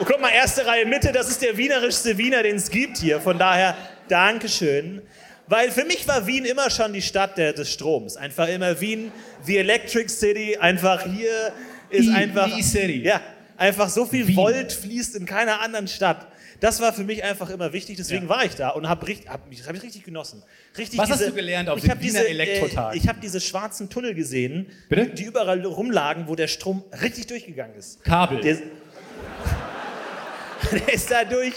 Oh, guck mal, erste Reihe Mitte, das ist der wienerischste Wiener, den es gibt hier. Von daher, Dankeschön. Weil für mich war Wien immer schon die Stadt der, des Stroms. Einfach immer Wien, the Electric City, einfach hier ist
Die-
einfach.
die City.
Ja, einfach so viel
Wien.
Volt fließt in keiner anderen Stadt. Das war für mich einfach immer wichtig, deswegen war ich da und habe hab mich, das hab ich richtig genossen. Richtig
Was hast
diese,
du gelernt auf
ich
den
hab
Wiener
diese,
Elektrotagen?
Äh, ich habe diese schwarzen Tunnel gesehen,
Bitte?
die überall rumlagen, wo der Strom richtig durchgegangen ist. *laughs*
Kabel. Also
Der, der ist da durch.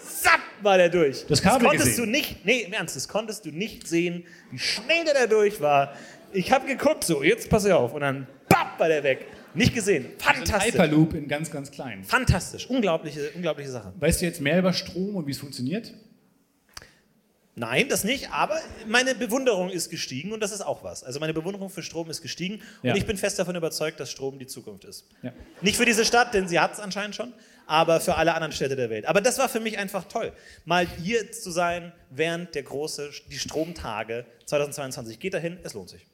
Sapp war der durch.
Das Kabel
konntest
gesehen.
du nicht, nee, im Ernst, das konntest du nicht sehen, wie schnell der da durch war. Ich habe geguckt, so, jetzt pass auf. Und dann, bapp, war der weg. Nicht gesehen. Fantastisch.
Hyperloop in ganz, ganz klein.
Fantastisch. Unglaubliche, unglaubliche Sache.
Weißt du jetzt mehr über Strom und wie es funktioniert?
Nein, das nicht, aber meine Bewunderung ist gestiegen und das ist auch was. Also meine Bewunderung für Strom ist gestiegen
Ja.
und ich bin fest davon überzeugt, dass Strom die Zukunft ist.
Ja.
Nicht für diese Stadt, denn sie hat es anscheinend schon, aber für alle anderen Städte der Welt. Aber das war für mich einfach toll, mal hier zu sein, während der große, die Stromtage 2022. Geht dahin, es lohnt sich.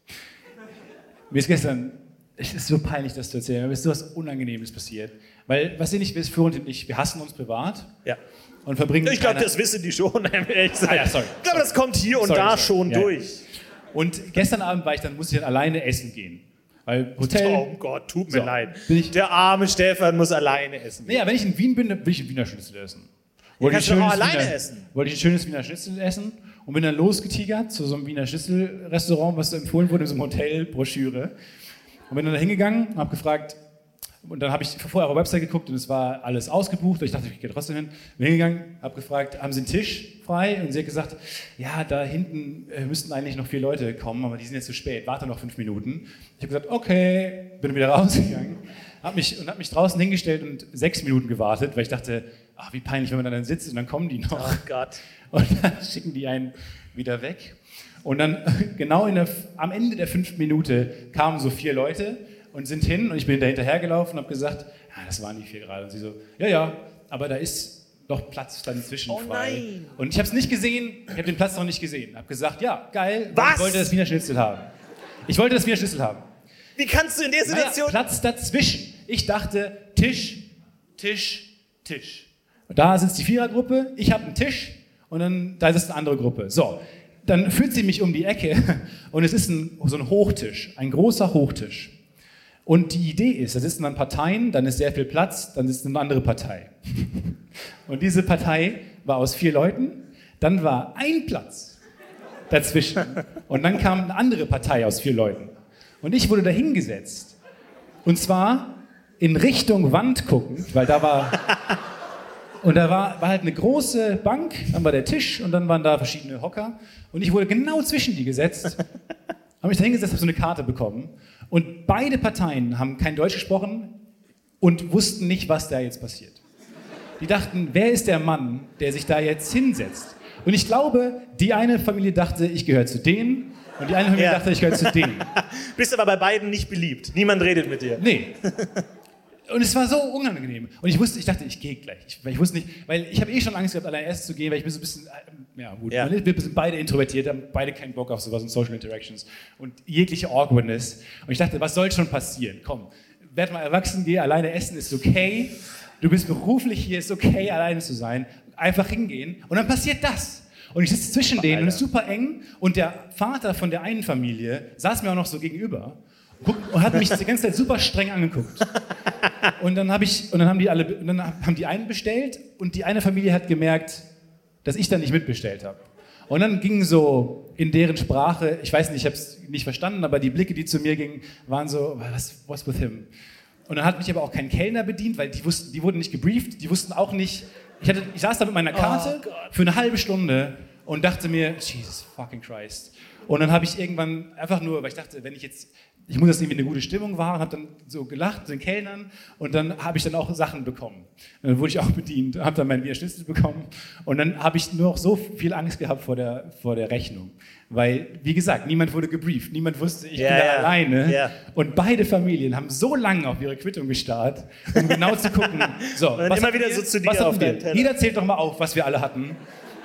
Mir ist gestern, es ist so peinlich, das zu erzählen, aber mir ist sowas Unangenehmes passiert. Weil, was ihr nicht wisst, Florian und ich, wir hassen uns privat
Ja.
und verbringen...
Ich glaube,
keine-
das wissen die schon, *laughs* um ehrlich gesagt.
Ah ja, sorry.
Ich glaube, das kommt hier und
Sorry,
da
sorry.
schon
Ja, ja.
durch.
Und gestern Abend war ich dann, musste ich dann alleine essen gehen. Weil
Oh
Hotel.
Gott, tut mir
So.
leid.
Bin ich-
der arme Stefan muss alleine essen.
Naja, wenn ich in Wien bin, dann will ich einen Wiener Schnitzel essen. Wollte
kannst
ein
du doch auch
schönes
alleine
Wiener,
essen.
Wollte ich ein schönes Wiener Schnitzel essen und bin dann losgetigert zu so einem Wiener Schnitzel-Restaurant, was empfohlen wurde, in so einem Hotel-Broschüre. Und bin dann da hingegangen, habe gefragt, und dann habe ich vorher auf der Website geguckt und es war alles ausgebucht. Und ich dachte, ich gehe trotzdem hin. Bin hingegangen, habe gefragt, haben Sie einen Tisch frei? Und sie hat gesagt, ja, da hinten äh, müssten eigentlich noch vier Leute kommen, aber die sind jetzt zu spät. Warte noch fünf Minuten. Ich habe gesagt, okay, bin wieder *laughs* rausgegangen. Hab mich, und habe mich draußen hingestellt und sechs Minuten gewartet, weil ich dachte, ach, wie peinlich, wenn man da dann sitzt und dann kommen die noch.
Ach Oh Gott.
*laughs* Und dann schicken die einen wieder weg. Und dann *laughs* genau in der, am Ende der fünften Minute kamen so vier Leute und sind hin und ich bin da hinterhergelaufen und habe gesagt, ah, das waren die vier gerade. Und sie so, ja, ja, aber da ist doch Platz dann zwischen
Oh
frei.
nein.
Und ich habe es nicht gesehen, ich habe den Platz noch nicht gesehen. Habe gesagt, ja, geil, weil
Was?
ich wollte das Wiener Schnitzel haben. Ich wollte das Wiener Schnitzel haben.
Wie kannst du in der
Naja,
Situation.
Platz dazwischen. Ich dachte, Tisch, Tisch, Tisch. Und da sitzt die Vierergruppe, ich habe einen Tisch und dann da sitzt eine andere Gruppe. So, dann führt sie mich um die Ecke *laughs* und es ist ein, so ein Hochtisch, ein großer Hochtisch. Und die Idee ist, da sitzen dann Parteien, dann ist sehr viel Platz, dann sitzt eine andere Partei. *laughs* Und diese Partei war aus vier Leuten, dann war ein Platz dazwischen und dann kam eine andere Partei aus vier Leuten. Und ich wurde dahingesetzt. Und zwar in Richtung Wand guckend, weil da war. Und da war, war halt eine große Bank, dann war der Tisch und dann waren da verschiedene Hocker. Und ich wurde genau zwischen die gesetzt, habe mich da hingesetzt, habe so eine Karte bekommen. Und beide Parteien haben kein Deutsch gesprochen und wussten nicht, was da jetzt passiert. Die dachten, wer ist der Mann, der sich da jetzt hinsetzt? Und ich glaube, die eine Familie dachte, ich gehöre zu denen. Und die eine Familie
Ja.
dachte, ich gehöre zu denen.
Bist aber bei beiden nicht beliebt. Niemand redet mit dir.
Nee. Und es war so unangenehm. Und ich wusste, ich dachte, ich gehe gleich. Ich, weil ich wusste nicht, weil ich habe eh schon Angst gehabt, allein erst zu gehen, weil ich bin so ein bisschen, äh, ja gut,
Ja.
wir sind beide introvertiert, haben beide keinen Bock auf sowas und Social Interactions und jegliche Awkwardness. Und ich dachte, was soll schon passieren? Komm, werd mal erwachsen, geh alleine essen, ist okay. Du bist beruflich hier, ist okay, alleine zu sein. Einfach hingehen und dann passiert das. Und ich sitze zwischen denen und es ist super eng und der Vater von der einen Familie saß mir auch noch so gegenüber guckt und hat mich die ganze Zeit super streng angeguckt. Und dann, hab ich, und dann, haben, die alle, und dann haben die einen bestellt und die eine Familie hat gemerkt, dass ich da nicht mitbestellt habe. Und dann ging so in deren Sprache, ich weiß nicht, ich habe es nicht verstanden, aber die Blicke, die zu mir gingen, waren so, was what's with him? Und dann hat mich aber auch kein Kellner bedient, weil die wussten, die wurden nicht gebrieft, die wussten auch nicht. Ich, hatte, ich saß da mit meiner Karte für eine halbe Stunde und dachte mir, Jesus fucking Christ. Und dann habe ich irgendwann einfach nur, weil ich dachte, wenn ich jetzt, ich muss das irgendwie eine gute Stimmung wahren, habe dann so gelacht zu den Kellnern und dann habe ich dann auch Sachen bekommen. Dann wurde ich auch bedient, habe dann meinen Wiener Schnitzel bekommen und dann habe ich nur noch so viel Angst gehabt vor der, vor der Rechnung. Weil, wie gesagt, niemand wurde gebrieft, niemand wusste, ich
Ja,
bin da
ja.
alleine.
Ja.
Und beide Familien haben so lange auf ihre Quittung gestarrt, um genau zu gucken,
*laughs*
so,
dann immer
hatten
wieder
wir-
so zu dir
was hatten
auf
wir?
deinen Teller.
Jeder zählt doch mal auf, was wir alle hatten.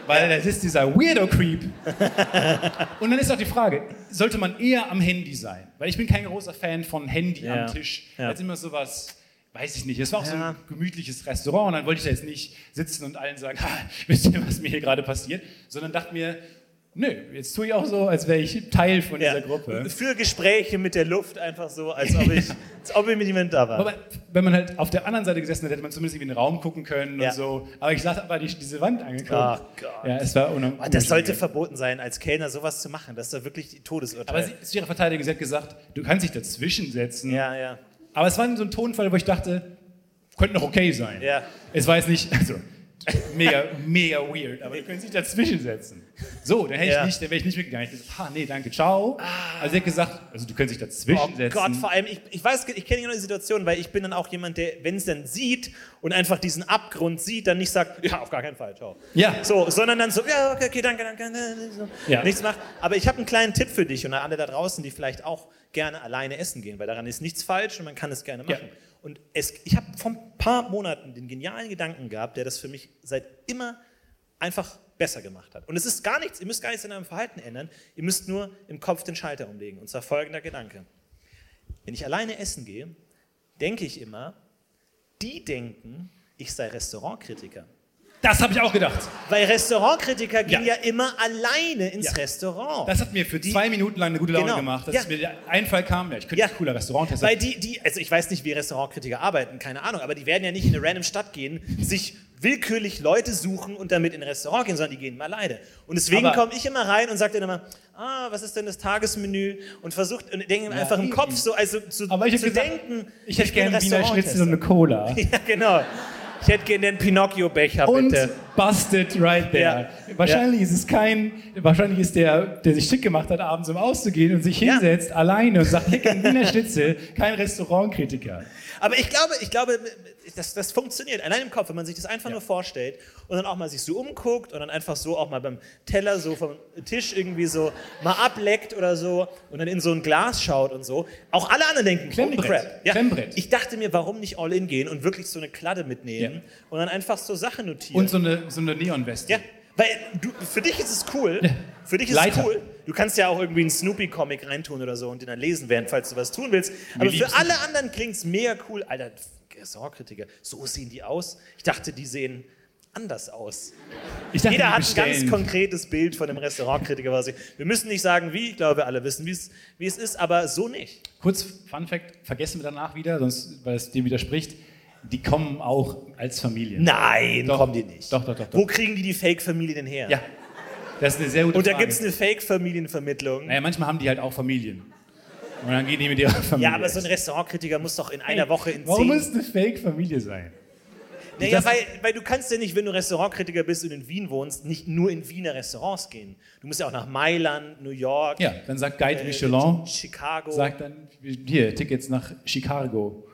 Weil das ist dieser Weirdo-Creep. Und dann ist auch die Frage, sollte man eher am Handy sein? Weil ich bin kein großer Fan von Handy
Ja.
am Tisch.
Ja.
Als immer sowas, weiß ich nicht. Es war auch so
Ja.
ein gemütliches Restaurant und dann wollte ich da jetzt nicht sitzen und allen sagen, *laughs* ha, wisst ihr, was mir hier gerade passiert? Sondern dachte mir, nö, jetzt tue ich auch so, als wäre ich Teil von
Ja.
dieser Gruppe.
Für Gespräche mit der Luft einfach so, als ob
*laughs*
ich, als ob ich mit jemand da war.
Aber wenn man halt auf der anderen Seite gesessen hätte, hätte man zumindest irgendwie in den Raum gucken können
Ja.
und so. Aber ich saß aber die, diese Wand angeguckt.
Ach Gott.
Ja, es war unangenehm.
Das sollte verboten sein, als Kellner sowas zu machen. Das ist doch wirklich die Todesurteil.
Aber sie, zu ihrer Verteidigung, sie hat gesagt, du kannst dich dazwischen setzen.
ja, ja.
Aber es war so ein Tonfall, wo ich dachte, könnte noch okay sein.
Ja.
Es war jetzt nicht, also mega, mega weird, aber du könntest dich dazwischen setzen. So, dann hätte
Ja. Ah.
ich nicht, dann wäre ich nicht mitgegangen. Ich dachte, ah, nee, danke, ciao. Also sie hat gesagt, also du könntest dich dazwischen
Oh
setzen.
Gott, vor allem, ich, ich weiß, ich kenne genau die Situation, weil ich bin dann auch jemand, der, wenn es dann sieht und einfach diesen Abgrund sieht, dann nicht sagt, ja, auf gar keinen Fall, ciao.
Ja.
So, sondern dann so, ja, okay, okay danke, danke, danke, so,
Ja.
nichts macht. Aber ich habe einen kleinen Tipp für dich und an alle da draußen, die vielleicht auch gerne alleine essen gehen, weil daran ist nichts falsch und man kann es gerne machen.
Ja.
Und es, ich habe vor ein paar Monaten den genialen Gedanken gehabt, der das für mich seit immer einfach besser gemacht hat. Und es ist gar nichts, ihr müsst gar nichts in eurem Verhalten ändern, ihr müsst nur im Kopf den Schalter umlegen. Und zwar folgender Gedanke. Wenn ich alleine essen gehe, denke ich immer, die denken, ich sei Restaurantkritiker.
Das habe ich auch gedacht.
Weil Restaurantkritiker gehen ja,
Ja.
immer alleine ins
Ja.
Restaurant.
Das hat mir für zwei Minuten lang eine gute Laune
Genau.
gemacht, dass
Ja.
es mir der Einfall kam, ja, ich könnte
Ja.
ein cooler Restauranttester
Weil die, die, also ich weiß nicht, wie Restaurantkritiker arbeiten, keine Ahnung, aber die werden ja nicht in eine random Stadt gehen, sich willkürlich Leute suchen und damit in ein Restaurant gehen, sondern die gehen mal alleine. Und deswegen
Aber-
komme ich immer rein und sage dann immer, ah, was ist denn das Tagesmenü? Und versucht, und denke einfach im
eben.
Kopf so, also zu,
Aber ich
zu
habe gesagt,
denken,
ich hätte
bin
gerne Wiener Schnitzel und
Restauranttester.
eine Cola.
*laughs* Ja, genau. Ich hätte gerne den Pinocchio-Becher,
Und
bitte.
busted right there.
Ja.
Wahrscheinlich ist es kein, wahrscheinlich ist der, der sich schick gemacht hat, abends um auszugehen und sich hinsetzt, alleine und sagt, lecker ein Wiener Schnitzel, kein Restaurantkritiker.
Aber ich glaube, ich glaube, das, das funktioniert allein im Kopf, wenn man sich das einfach nur vorstellt und dann auch mal sich so umguckt und dann einfach so auch mal beim Teller so vom Tisch irgendwie so mal ableckt oder so und dann in so ein Glas schaut und so. Auch alle anderen denken,
Klemmbrett.
oh crap. Ja,
Klemmbrett.
Ich dachte mir, warum nicht all in gehen und wirklich so eine Kladde mitnehmen
Ja.
und dann einfach so Sachen notieren.
Und so eine, so eine Neonweste.
ja, weil du, für dich ist es cool. Für dich ist
Leiter.
es cool. Du kannst ja auch irgendwie einen Snoopy-Comic reintun oder so und den dann lesen, während falls du was tun willst. Aber für
liebsten-
alle anderen klingt es mega cool. Alter, Restaurantkritiker, so sehen die aus. Ich dachte, die sehen anders aus.
Ich dachte,
Jeder
die
hat ein ganz
bestellen.
konkretes Bild von dem Restaurantkritiker. Was ich, wir müssen nicht sagen, wie. Ich glaube, alle wissen, wie es wie es ist, aber so nicht.
Kurz Fun Fact, vergessen wir danach wieder, sonst, weil es dem widerspricht, die kommen auch als Familie.
Nein,
Doch.
kommen die nicht.
Doch, doch, doch,
Wo
doch.
kriegen die die Fake-Familie denn her?
Ja, das ist eine sehr gute
Und da
Frage.
gibt es eine Fake-Familienvermittlung.
Naja, manchmal haben die halt auch Familien. Und dann gehen die mit ihrer Familie.
Ja, aber so ein Restaurantkritiker muss doch in einer Woche in
Warum
zehn
muss es eine Fake-Familie sein?
Naja,
Das-
weil, weil du kannst ja nicht, wenn du Restaurantkritiker bist und in Wien wohnst, nicht nur in Wiener Restaurants gehen. Du musst ja auch nach Mailand, New York,
Ja, dann sagt Guide
äh,
Michelin,
Chicago.
sagt dann, hier, Tickets nach Chicago.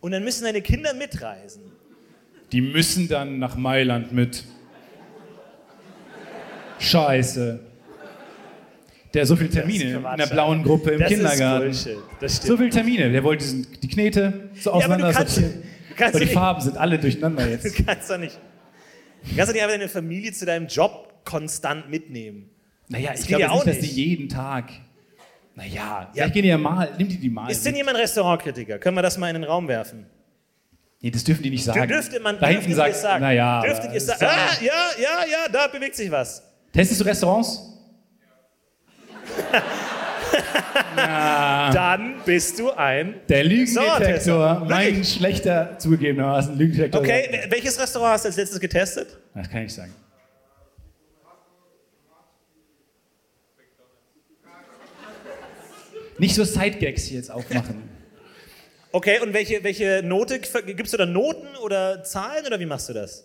Und dann müssen deine Kinder mitreisen.
Die müssen dann nach Mailand mit. Scheiße. Der hat so viele Termine
Das ist
in
Quatsch,
der blauen Gruppe im
das
Kindergarten.
Ist Bullshit. Das stimmt.
So viele Termine. Der wollte diesen- die Knete so
ja, aber
auseinander
du kannst,
sortieren.
du kannst
Aber
doch
die
nicht,
Farben sind alle durcheinander
*laughs*
jetzt.
du kannst doch nicht. Du kannst doch nicht einfach deine Familie zu deinem Job konstant mitnehmen.
Naja, ich
geht
glaube
ja
jetzt nicht,
auch
dass
nicht.
die jeden Tag. Naja,
Ja.
vielleicht gehen die ja mal. Nimm die die mal.
Ist denn jemand Restaurantkritiker? Können wir das mal in den Raum werfen?
nee, das dürfen die nicht sagen.
Du dürfte man
da hinten
dürftet ihr
sagt,
es sagen.
naja.
dürftet
aber
ihr es
es
sagen.
ist ja-
Ah, ja, ja, ja, da bewegt sich was.
Testest du Restaurants? Ah.
Dann bist du ein.
Der
Restaurant-Tester.
Lügendetektor. mein
Wirklich?
schlechter zugegebenermaßen Lügendetektor.
Okay,
sagt-
wel- welches Restaurant hast du als letztes getestet?
Das kann ich sagen. Nicht so Sidegags hier
*laughs*
jetzt aufmachen.
Okay, und welche, welche Note ver- gibst du da Noten oder Zahlen oder wie machst du das?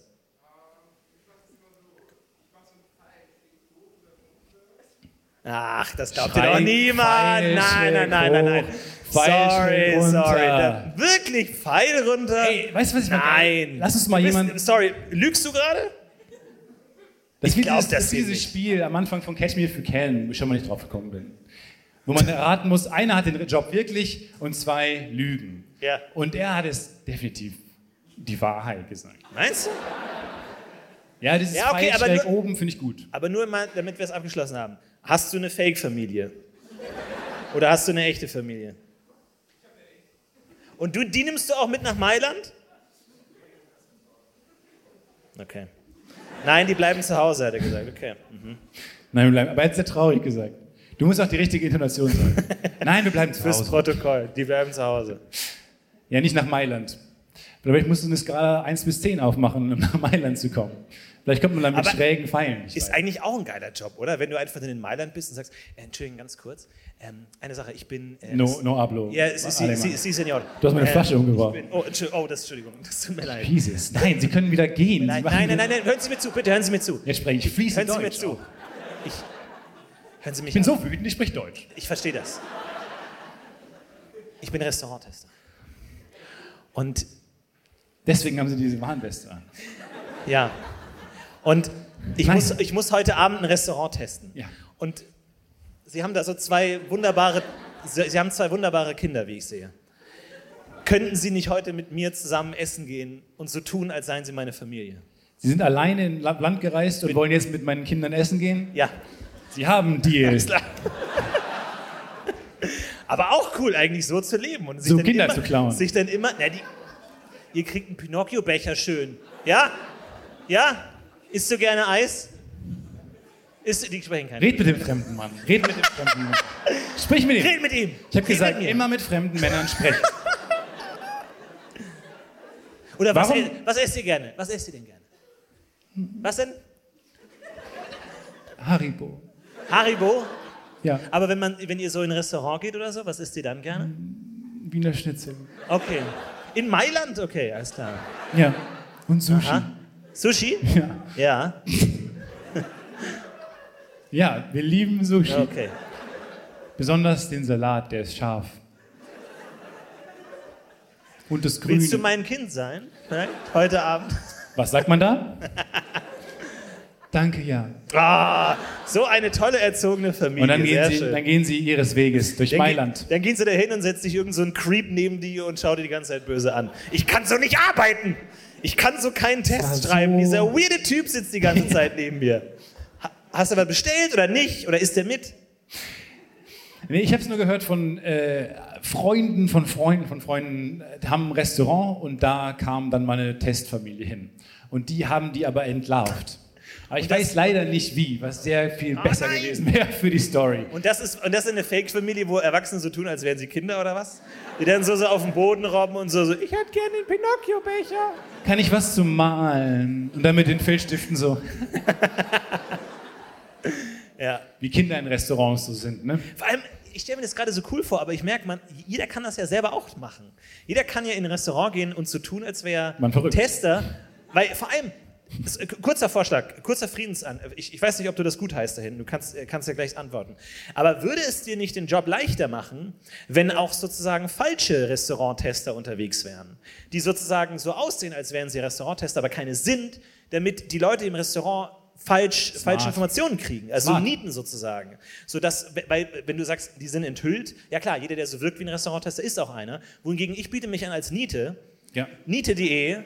Ach, das glaubt dir doch
Schrei-
niemand. Nein,
Pfeil
nein, nein, nein, nein.
hoch, Pfeil
Sorry,
schräg runter.
sorry. Da, wirklich Pfeil runter.
Ey, weißt du, was ich mal-
nein.
Lass uns mal
Du bist-
jemanden-
Sorry, lügst du gerade?
Das ist wie
glaub,
dieses,
das
das ist
geht
dieses
nicht.
Spiel am Anfang von Catch Me If You Can, wo ich schon mal nicht drauf gekommen bin. Wo man erraten muss, einer hat den Job wirklich und zwei lügen.
Ja.
Und er hat es definitiv die Wahrheit gesagt.
Meinst du?
Ja, dieses
Ja, okay,
Pfeil
aber
schräg
nur-
oben finde ich gut.
Aber nur mal, damit wir es abgeschlossen haben. Hast du eine Fake-Familie? Oder hast du eine echte Familie? Und du, die nimmst du auch mit nach Mailand? Okay. Nein, die bleiben zu Hause, hat er gesagt. Okay.
Nein, wir bleiben. Aber jetzt ist er traurig gesagt. Du musst auch die richtige Intonation sagen.
*laughs*
Nein, wir bleiben zu
Fürs
Hause.
Protokoll, die bleiben zu Hause.
Ja, nicht nach Mailand. Vielleicht musst du eine Skala 1 bis 10 aufmachen, um nach Mailand zu kommen. Vielleicht kommt man dann mit
Aber
schrägen Pfeilen. Ich
Ist
weiß.
eigentlich auch ein geiler Job, oder? Wenn du einfach dann in Mailand bist und sagst, äh, Entschuldigung, ganz kurz, ähm, eine Sache, ich bin... Äh,
No, no hablo.
Ja, sie, sie, sie, sie, Senior.
Du hast meine
Äh,
Flasche umgeworfen.
ich bin- Oh, Entschu- oh, das, Entschuldigung, das tut mir leid.
Jesus, nein, Sie können wieder gehen. Sie
Nein,
machen
nein, nein,
wieder-
nein, nein, hören Sie mir zu, bitte hören Sie mir zu.
Jetzt spreche ich fließend
hören Sie mir
Deutsch
zu.
auch.
Ich, hören Sie mich
Ich bin
an.
so wütend, ich spreche Deutsch.
Ich verstehe das. Ich bin Restauranttester. Und
Deswegen haben Sie diese Warnweste an.
ja, und ich
Nein.
muss, ich muss heute Abend ein Restaurant testen.
Ja.
Und Sie haben da so zwei wunderbare, Sie Sie haben zwei wunderbare Kinder, wie ich sehe. Könnten Sie nicht heute mit mir zusammen essen gehen und so tun, als seien Sie meine Familie?
Sie sind alleine in La- Land gereist und wollen jetzt mit meinen Kindern essen gehen?
Ja.
Sie
*laughs*
haben einen Deal.
Aber auch cool, eigentlich so zu leben. Und sich
So
dann
Kinder
immer,
zu klauen.
Sich dann immer, na, die, ihr kriegt einen Pinocchio-Becher schön. Ja? Ja? Isst du gerne Eis? Isst, die sprechen keinen.
Red mit dem fremden Mann. Red mit dem
*laughs*
fremden Mann. Sprich mit ihm.
Red mit ihm!
ich
Red
habe gesagt,
mit mir.
immer mit fremden Männern sprechen.
Oder was,
Warum-
e- was esst ihr gerne? Was esst ihr denn gerne? Was denn?
*laughs* Haribo.
Haribo?
Ja,
Aber wenn, man, wenn ihr so in ein Restaurant geht oder so, was isst ihr dann gerne?
Wiener Schnitzel.
Okay. In Mailand? Okay, alles klar.
Ja. Und Sushi.
Aha. Sushi?
Ja.
Ja.
ja, wir lieben Sushi.
Okay.
Besonders den Salat, der ist scharf. Und das Grüne.
Willst du mein Kind sein? Nein? Heute Abend?
Was sagt man *laughs* da? Danke, ja.
Ah, so eine tolle erzogene Familie.
Und dann
Sehr
gehen, sie,
schön.
dann gehen sie ihres Weges durch
Dann
Mailand.
Geht, dann gehen sie da hin und setzt sich irgend so ein Creep neben die und schaut dir die ganze Zeit böse an. Ich kann so nicht arbeiten. Ich kann so keinen Test
war so-
schreiben. Dieser weirde Typ sitzt die ganze Zeit neben mir. Ha- Hast du was bestellt oder nicht? Oder ist der mit?
Nee, ich habe es nur gehört von äh, Freunden, von Freunden, von Freunden, äh, haben ein Restaurant und da kam dann mal eine Testfamilie hin. Und die haben die aber entlarvt. Aber ich weiß leider nicht wie, was sehr viel besser
Ah, nein!
gewesen wäre für die Story.
Und das ist, und das ist eine Fake-Familie, wo Erwachsene so tun, als wären sie Kinder oder was? Die dann so, so auf den Boden robben und so, so ich hätte gerne den Pinocchio-Becher.
Kann ich was zum Malen? Und dann mit den Filzstiften so,
Ja.
wie Kinder in Restaurants so sind, ne?
Vor allem, ich stelle mir das gerade so cool vor, aber ich merke, man, jeder kann das ja selber auch machen. Jeder kann ja in ein Restaurant gehen und so tun, als wäre
Man verrückt.
Tester. Weil vor allem, das, äh, kurzer Vorschlag, kurzer Friedensan. äh, Ich, ich weiß nicht, ob du das gut heißt da hinten, du kannst, äh, kannst ja gleich antworten. Aber würde es dir nicht den Job leichter machen, wenn auch sozusagen falsche Restauranttester unterwegs wären? Die sozusagen so aussehen, als wären sie Restauranttester, aber keine sind, damit die Leute im Restaurant falsch, falsche Informationen kriegen. Also
Smart.
Nieten sozusagen. So dass, weil, wenn du sagst, die sind enthüllt, ja klar, jeder, der so wirkt wie ein Restauranttester, ist auch einer. Wohingegen ich biete mich an als Niete,
Ja.
niete.de,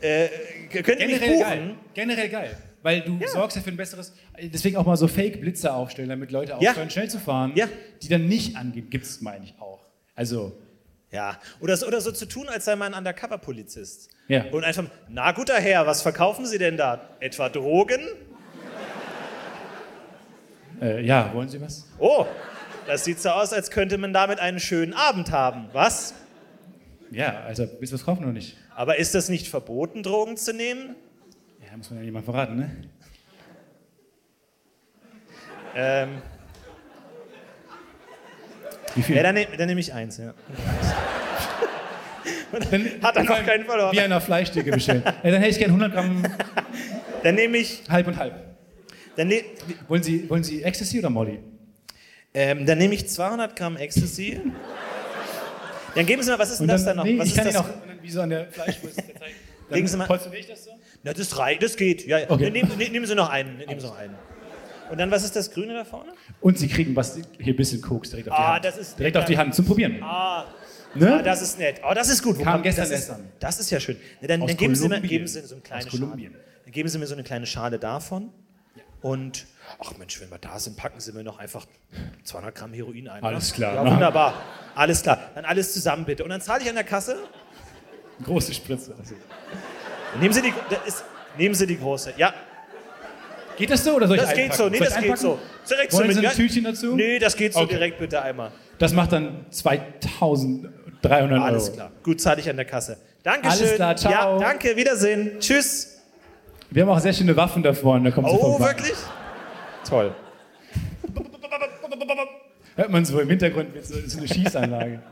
äh, könnt ihr mich
Generell
buchen.
geil. Generell geil. Weil du sorgst ja für ein besseres. Deswegen auch mal so Fake-Blitzer aufstellen, damit Leute
Ja.
aufhören, schnell zu fahren,
Ja.
die dann nicht angeben. Gibt es, meine ich, auch. Also,
Ja, oder so, oder so zu tun, als sei man ein Undercover-Polizist.
Ja.
Und einfach, na guter Herr, was verkaufen Sie denn da? Etwa Drogen?
äh, ja, wollen Sie was?
Oh, das sieht so aus, als könnte man damit einen schönen Abend haben. Was?
Ja, also willst du was kaufen oder nicht?
Aber ist das nicht verboten, Drogen zu nehmen?
Ja, muss man ja jemand verraten, ne?
Ähm,
Wie viel?
ja, dann, nehm- dann nehme ich eins, ja.
Dann-
hat er noch
vor allem
keinen verloren.
Wie einer Fleischdicke bestellt. ja, dann hätte ich gerne 100 Gramm
Dann nehme ich,
halb und halb.
dann ne, nehm,
Wollen Sie, wollen Sie Ecstasy oder Molly?
ähm, dann nehme ich 200 Gramm Ecstasy. Dann geben Sie mal, was ist denn das dann noch?
Nee,
was
ich
ist
kann
das?
Ihnen auch und dann wie so an der
*laughs*
Fleischwurst zeigen. Dann
Legen Sie mal-
Portioniere ich das so?
Na, das reicht, das geht. Ja, ja.
Okay.
Ne, Nehmen, ne, nehmen Sie noch einen. ne, Nehmen Sie noch einen. Und dann, was ist das Grüne da vorne?
Und Sie kriegen was, hier ein bisschen Koks direkt auf die
Ah,
Hand.
das ist-
direkt auf die Hand zum Probieren.
Ah,
ne?
ah, das ist nett. Oh, das ist gut. Wo
Kam
kommt-
gestern
das
erst
ist,
an.
Das ist ja schön. Ne, dann
Aus
dann geben, Sie mir,
Kolumbien.
geben Sie mir so eine kleine
Aus
Schale.
Kolumbien.
Dann geben Sie mir so eine kleine Schale davon. Und, ach Mensch, wenn wir da sind, packen Sie mir noch einfach 200 Gramm Heroin ein.
Alles
oder?
klar.
Ja, wunderbar. Alles klar. Dann alles zusammen bitte. Und dann zahle ich an der Kasse.
Große Spritze. Also.
Nehmen Sie die, das ist, nehmen Sie die große. Ja,
Geht das so oder soll ich
das geht
einpacken?
so. Nee,
Soll ich
das geht so.
einpacken?
Direkt
Wollen
so
Sie
mit.
ein Tütchen dazu?
Nee, das geht so
Okay.
direkt bitte einmal.
Das macht dann 2300 Euro.
Alles klar. Gut, zahle ich an der Kasse. Dankeschön.
Oh. Alles klar, ciao.
Ja, danke, Wiedersehen. Tschüss.
Wir haben auch sehr schöne Waffen da vorne. Da kommen Sie
Oh,
vorbei.
wirklich? Toll.
Hört man so im Hintergrund mit so, so eine Schießanlage.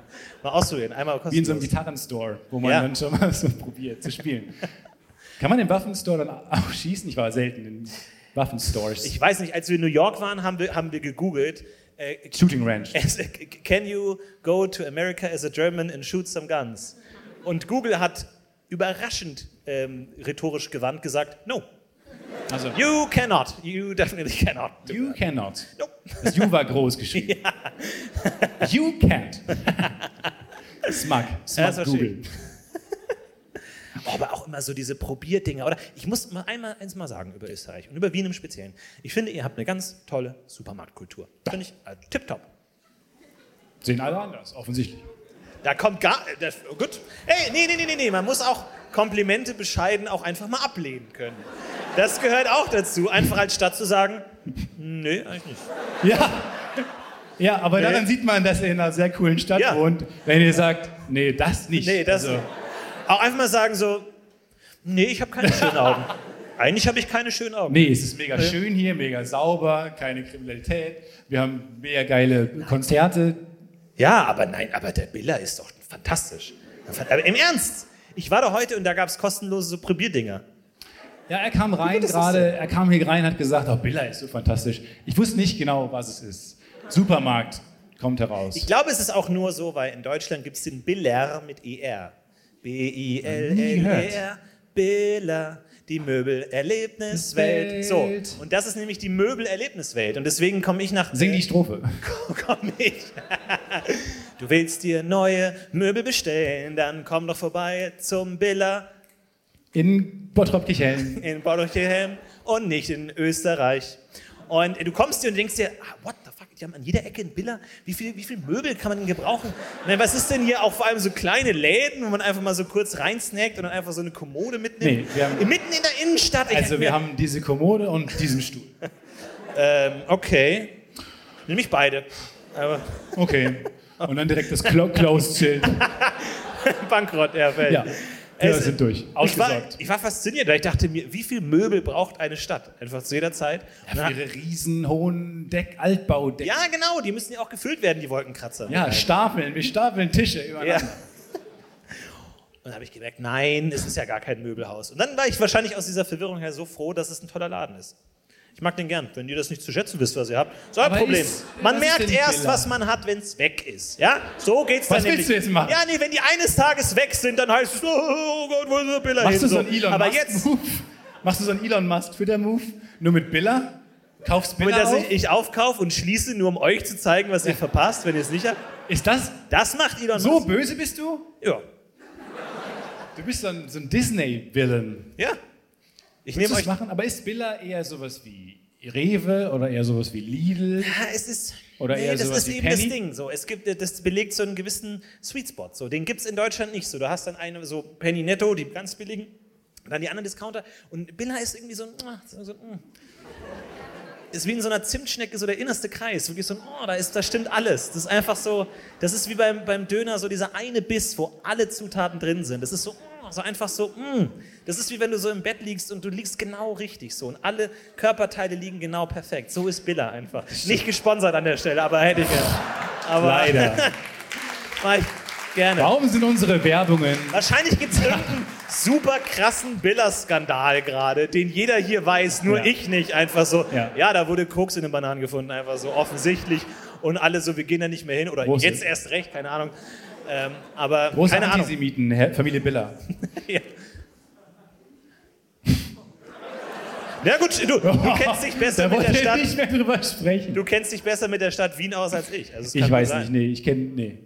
Mal ausprobieren. Einmal kostenlos.
*laughs* Wie in so einem Gitarrenstore, wo man
Ja.
dann schon mal so probiert zu spielen. *laughs* Kann man im Waffenstore dann auch schießen? Ich war selten in Waffenstores.
Ich weiß nicht, als wir in New York waren, haben wir, haben wir gegoogelt. Äh, *laughs*
Shooting Ranch.
es- äh, can you go to America as a German and shoot some guns? Und Google hat überraschend ähm, rhetorisch gewandt gesagt, no,
Also, you,
you cannot. You definitely cannot. do that.
cannot.
Nope.
Das You war groß *laughs* geschrieben. You can't. Smug.
Ja, das
Smug
war
Google.
Oh, aber auch immer so diese Probierdinger, oder? Ich muss mal einmal eins mal sagen über Österreich und über Wien im Speziellen. Ich finde, ihr habt eine ganz tolle Supermarktkultur. Finde ich äh, tipptopp.
Sehen alle anders, offensichtlich.
Da kommt gar. Das, oh, gut. Ey, nee, nee, nee, nee, nee. Man muss auch Komplimente bescheiden auch einfach mal ablehnen können. Das gehört auch dazu. Einfach als statt zu sagen, "Hm, nee, eigentlich nicht.
Ja. Ja, aber daran sieht man, dass er in einer sehr coolen Stadt
Ja.
wohnt, wenn ihr sagt, nee, das nicht.
Nee, das
Also,
Auch einfach mal sagen so, nee, ich habe keine schönen Augen. Eigentlich habe ich keine schönen Augen.
Nee, es ist mega schön hier, mega sauber, keine Kriminalität. Wir haben mega geile Konzerte.
Ja, aber nein, aber der Biller ist doch fantastisch. Aber im Ernst, ich war da heute und da gab es kostenlose so Probierdinger.
Ja, er kam rein
das ist
gerade, er kam hier rein, hat gesagt, oh, Billa ist so fantastisch. Ich wusste nicht genau, was es ist. Supermarkt kommt heraus.
Ich glaube, es ist auch nur so, weil in Deutschland gibt es den Biller mit E ER.
Nie
B-I-L-L-E-R,
gehört.
E Biller, die Möbelerlebniswelt. So,
Welt.
und das ist nämlich die Möbelerlebniswelt. Und deswegen komme ich nach...
Sing die Strophe.
*laughs* komm ich. Du willst dir neue Möbel bestellen, dann komm doch vorbei zum Biller
In Bottrop-Kichellen.
in Bordeaux-Helm und nicht in Österreich. Und äh, du kommst dir und denkst dir, ah, what the fuck, die haben an jeder Ecke einen Biller. Wie viel, wie viel Möbel kann man denn gebrauchen? Na, was ist denn hier auch vor allem so kleine Läden, wo man einfach mal so kurz reinsnackt und dann einfach so eine Kommode mitnimmt?
Nee, wir haben-
Mitten in der Innenstadt. Ich
*laughs* Also
hab
wir
mir-
haben diese Kommode und diesen Stuhl.
Ähm, okay. Nimm ich beide. Aber *laughs*
Okay. Und dann direkt das Clo- Close-Schild.
Bankrott, ja, fällt.
Ja, wir
Es-
sind durch.
Ich war,
Ausgesaugt.
ich war fasziniert, weil ich dachte mir, wie viel Möbel braucht eine Stadt? Einfach zu jeder Zeit. Und
Für
dann-
ihre riesen hohen Deck, Altbaudeck.
Ja, genau, die müssen ja auch gefüllt werden, die Wolkenkratzer.
Ja, Stapeln, wir stapeln Tische übereinander.
Ja. Und dann habe ich gemerkt, nein, es ist ja gar kein Möbelhaus. Und dann war ich wahrscheinlich aus dieser Verwirrung her so froh, dass es ein toller Laden ist. Ich mag den gern. Wenn ihr das nicht zu schätzen wisst, was ihr habt, ist euer
Aber
Problem.
ist-
man
was ist
merkt
denn
erst,
Villa?
was man hat, wenn es weg ist. Ja, so geht's
Was
dann
willst du jetzt machen?
Ja, nee, wenn die eines Tages weg sind, dann heißt es, oh Gott, wo ist der Biller hin?
Machst du so
So.
einen Elon
Aber
Musk *laughs*
jetzt,
Move? Machst du so einen Elon Musk Twitter Move? Nur mit Billa? Kaufst
Mit,
Billa
dass
auf?
ich, ich aufkaufe und schließe, nur um euch zu zeigen, was ihr verpasst, wenn ihr es nicht habt.
Ist das
Das macht Elon
so
Musk.
böse bist du?
Ja.
Du bist so ein, so ein Disney-Villain.
ja. Ich
Willst
nehme
du's
euch.
machen? Aber ist Billa eher sowas wie Rewe oder eher sowas wie Lidl?
Ja, es ist.
Oder eher
das
sowas
ist
wie
eben das
Penny?
Ding. So, es gibt, das belegt so einen gewissen Sweet Spot. So, den gibt es in Deutschland nicht. So, du hast dann eine, so Penny Netto, die ganz billigen, und dann die anderen Discounter. Und Biller ist irgendwie so ein. ah, So, so, mm. ist wie in so einer Zimtschnecke, so der innerste Kreis. Wirklich so ein, oh, da, ist, da stimmt alles. Das ist einfach so, das ist wie beim, beim Döner, so dieser eine Biss, wo alle Zutaten drin sind. Das ist so, oh, so einfach so, mm. Das ist wie wenn du so im Bett liegst und du liegst genau richtig so und alle Körperteile liegen genau perfekt. So ist Billa einfach. Nicht gesponsert an der Stelle, aber hätte ich gerne. Aber
Leider.
*laughs* mach ich gerne.
Warum sind unsere Werbungen?
Wahrscheinlich gibt es irgendeinen super krassen Biller-Skandal gerade, den jeder hier weiß, nur
Ja.
ich nicht. Einfach so, ja.
Ja.
da wurde Koks in den Bananen gefunden, einfach so offensichtlich. Und alle so, wir gehen da nicht mehr hin oder
Große.
jetzt erst recht, keine Ahnung. Ähm, aber
Große
keine Ahnung.
Antisemiten, Herr- Familie Billa.
*laughs* Ja. Na gut,
*laughs*
du, du kennst dich besser
da
mit der
wollte ich
Stadt.
nicht mehr drüber sprechen.
Du kennst dich besser mit der Stadt Wien aus als ich. Also es kann
ich
gut
weiß
sein.
nicht, nee, ich kenne, nee.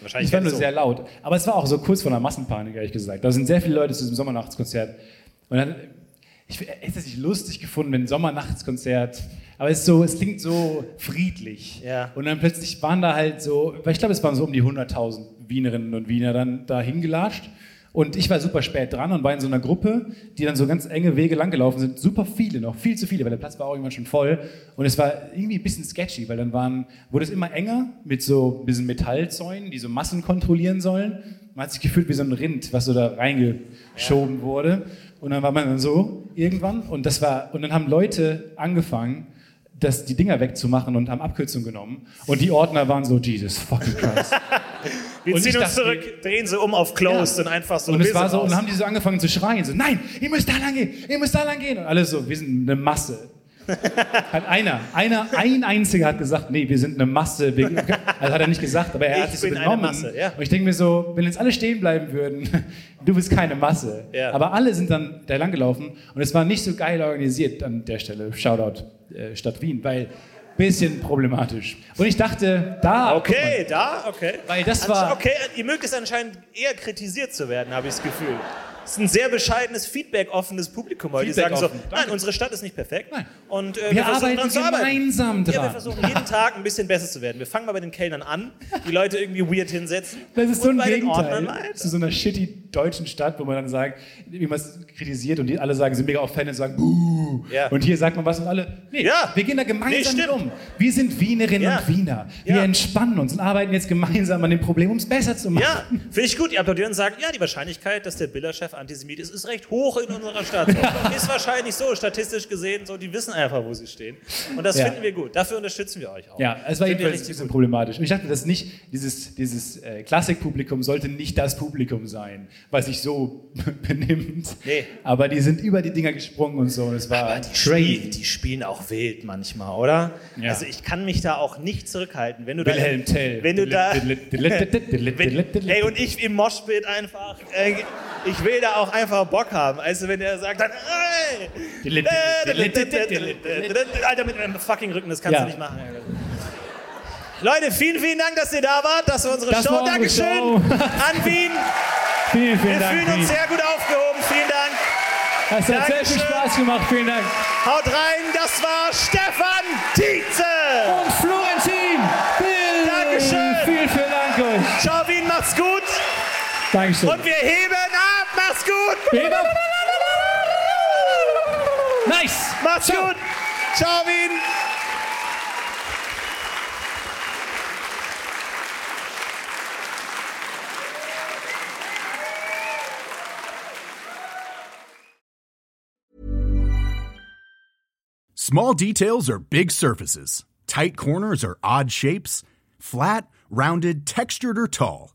Wahrscheinlich
Ich war nur
so.
sehr laut. Aber es war auch so kurz vor einer Massenpanik, ehrlich gesagt. Da sind sehr viele Leute zu diesem Sommernachtskonzert. Und dann, ich hätte es nicht lustig gefunden, wenn ein Sommernachtskonzert, aber es, ist so, es klingt so friedlich.
Ja.
Und dann plötzlich waren da halt so, weil ich glaube, es waren so um die 100.000 Wienerinnen und Wiener dann da hingelatscht. Und ich war super spät dran und war in so einer Gruppe, die dann so ganz enge Wege lang gelaufen sind. Super viele noch, viel zu viele, weil der Platz war auch irgendwann schon voll. Und es war irgendwie ein bisschen sketchy, weil dann waren, wurde es immer enger mit so diesen Metallzäunen, die so Massen kontrollieren sollen. Man hat sich gefühlt wie so ein Rind, was so da reingeschoben wurde. Und dann war man dann so irgendwann. Und das war, und dann haben Leute angefangen, das, die Dinger wegzumachen und haben Abkürzungen genommen. Und die Ordner waren so, Jesus fucking Christ.
Wir
Und
ziehen
ich
uns
dachte-
zurück, drehen sie um auf Closed
Ja.
und einfach so.
Und
wir
es war
sind
so, und
raus.
dann haben die so angefangen zu schreien, so, nein, ihr müsst da lang gehen, ihr müsst da lang gehen. Und alle so, wir sind
*laughs*
eine Masse. hat einer, einer, ein einziger hat gesagt, nee, wir sind eine Masse.
*laughs*
Wir, also hat er nicht gesagt, aber er
Ich
hat es so
bin eine
benommen.
Masse, ja.
Und ich denke mir so, wenn jetzt alle stehen bleiben würden, *laughs* du bist keine Masse.
Ja.
Aber alle sind dann da lang gelaufen und es war nicht so geil organisiert an der Stelle. Shoutout äh, Stadt Wien, weil bisschen problematisch. Und ich dachte, da, Ah, guck mal,
Okay, da, okay.
Weil das war-
Okay, ihr mögt es anscheinend eher kritisiert zu werden, habe ich das Gefühl. Es ist ein sehr bescheidenes, feedback-offenes Publikum heute. Die sagen
Feedback
so,
offen, danke.
nein, unsere Stadt ist nicht perfekt.
Nein.
Und äh,
Wir
versuchen
arbeiten
dran zu arbeiten.
gemeinsam
Ja, wir
dran.
versuchen jeden Tag ein bisschen besser zu werden. Wir fangen mal bei den Kellnern an, die Leute irgendwie weird hinsetzen.
*laughs* Das ist so
und
ein
bei den Ordnern halt?
Gegenteil
weiter.
zu so einer shitty deutschen Stadt, wo man dann sagt, wie man es kritisiert und die alle sagen, sind mega auf Fan und sagen, buh.
Ja.
Und hier sagt man was und alle, nee,
Ja.
wir gehen da
Nee,
gemeinsam
stimmt.
mit um. Wir sind Wienerinnen
Ja.
und Wiener. Wir
Ja.
entspannen uns und arbeiten jetzt gemeinsam an dem Problem, um es besser zu machen.
Ja, finde ich gut. Die applaudieren und sagen, ja, die Wahrscheinlichkeit, dass der Biller-Chef Antisemit ist, ist recht hoch in unserer
*laughs*
Stadt. ist wahrscheinlich so, statistisch gesehen, so, die wissen einfach, wo sie stehen. Und das
Ja.
finden wir gut. Dafür unterstützen wir euch auch.
Ja, es war
Finden wir
jedenfalls ein
richtig
bisschen
gut.
problematisch. Und ich dachte, dass nicht dieses, dieses äh, Klassikpublikum sollte nicht das Publikum sein, was sich so *laughs* benimmt.
Nee.
Aber die sind über die Dinger gesprungen und so. Und es war
Aber die, spielen, die spielen auch wild manchmal, oder?
Ja.
Also ich kann mich da auch nicht zurückhalten. Wenn du
Wilhelm
da,
Tell.
Wenn du da... wenn, ey,
Wenn,
und ich im Moshpit einfach... Äh, ich will da auch einfach Bock haben. Also wenn er sagt, dann... Ey, äh, Alter, mit einem fucking Rücken, das kannst
Ja.
du nicht machen. Alter. Leute, vielen, vielen Dank, dass ihr da wart. Das war unsere
Das
Show.
war unsere
Dankeschön
Show. *laughs*
an Wien.
vielen,
Wir
vielen Dank.
fühlen uns
Wien.
sehr gut aufgehoben. Vielen Dank.
Es hat sehr
Dankeschön.
viel Spaß gemacht. Vielen Dank.
Haut rein. Das war Stefan Tietze.
Und Florentin. Bill.
Dankeschön.
Vielen, vielen Dank euch.
Ciao, Wien. Macht's gut.
Dankeschön.
Und wir heben ab. Macht's gut.
Heben ab. Nice.
Macht's
Ciao.
gut. Ciao, Wien.
Small details are big surfaces. Tight corners are odd shapes. Flat, rounded, textured, or tall.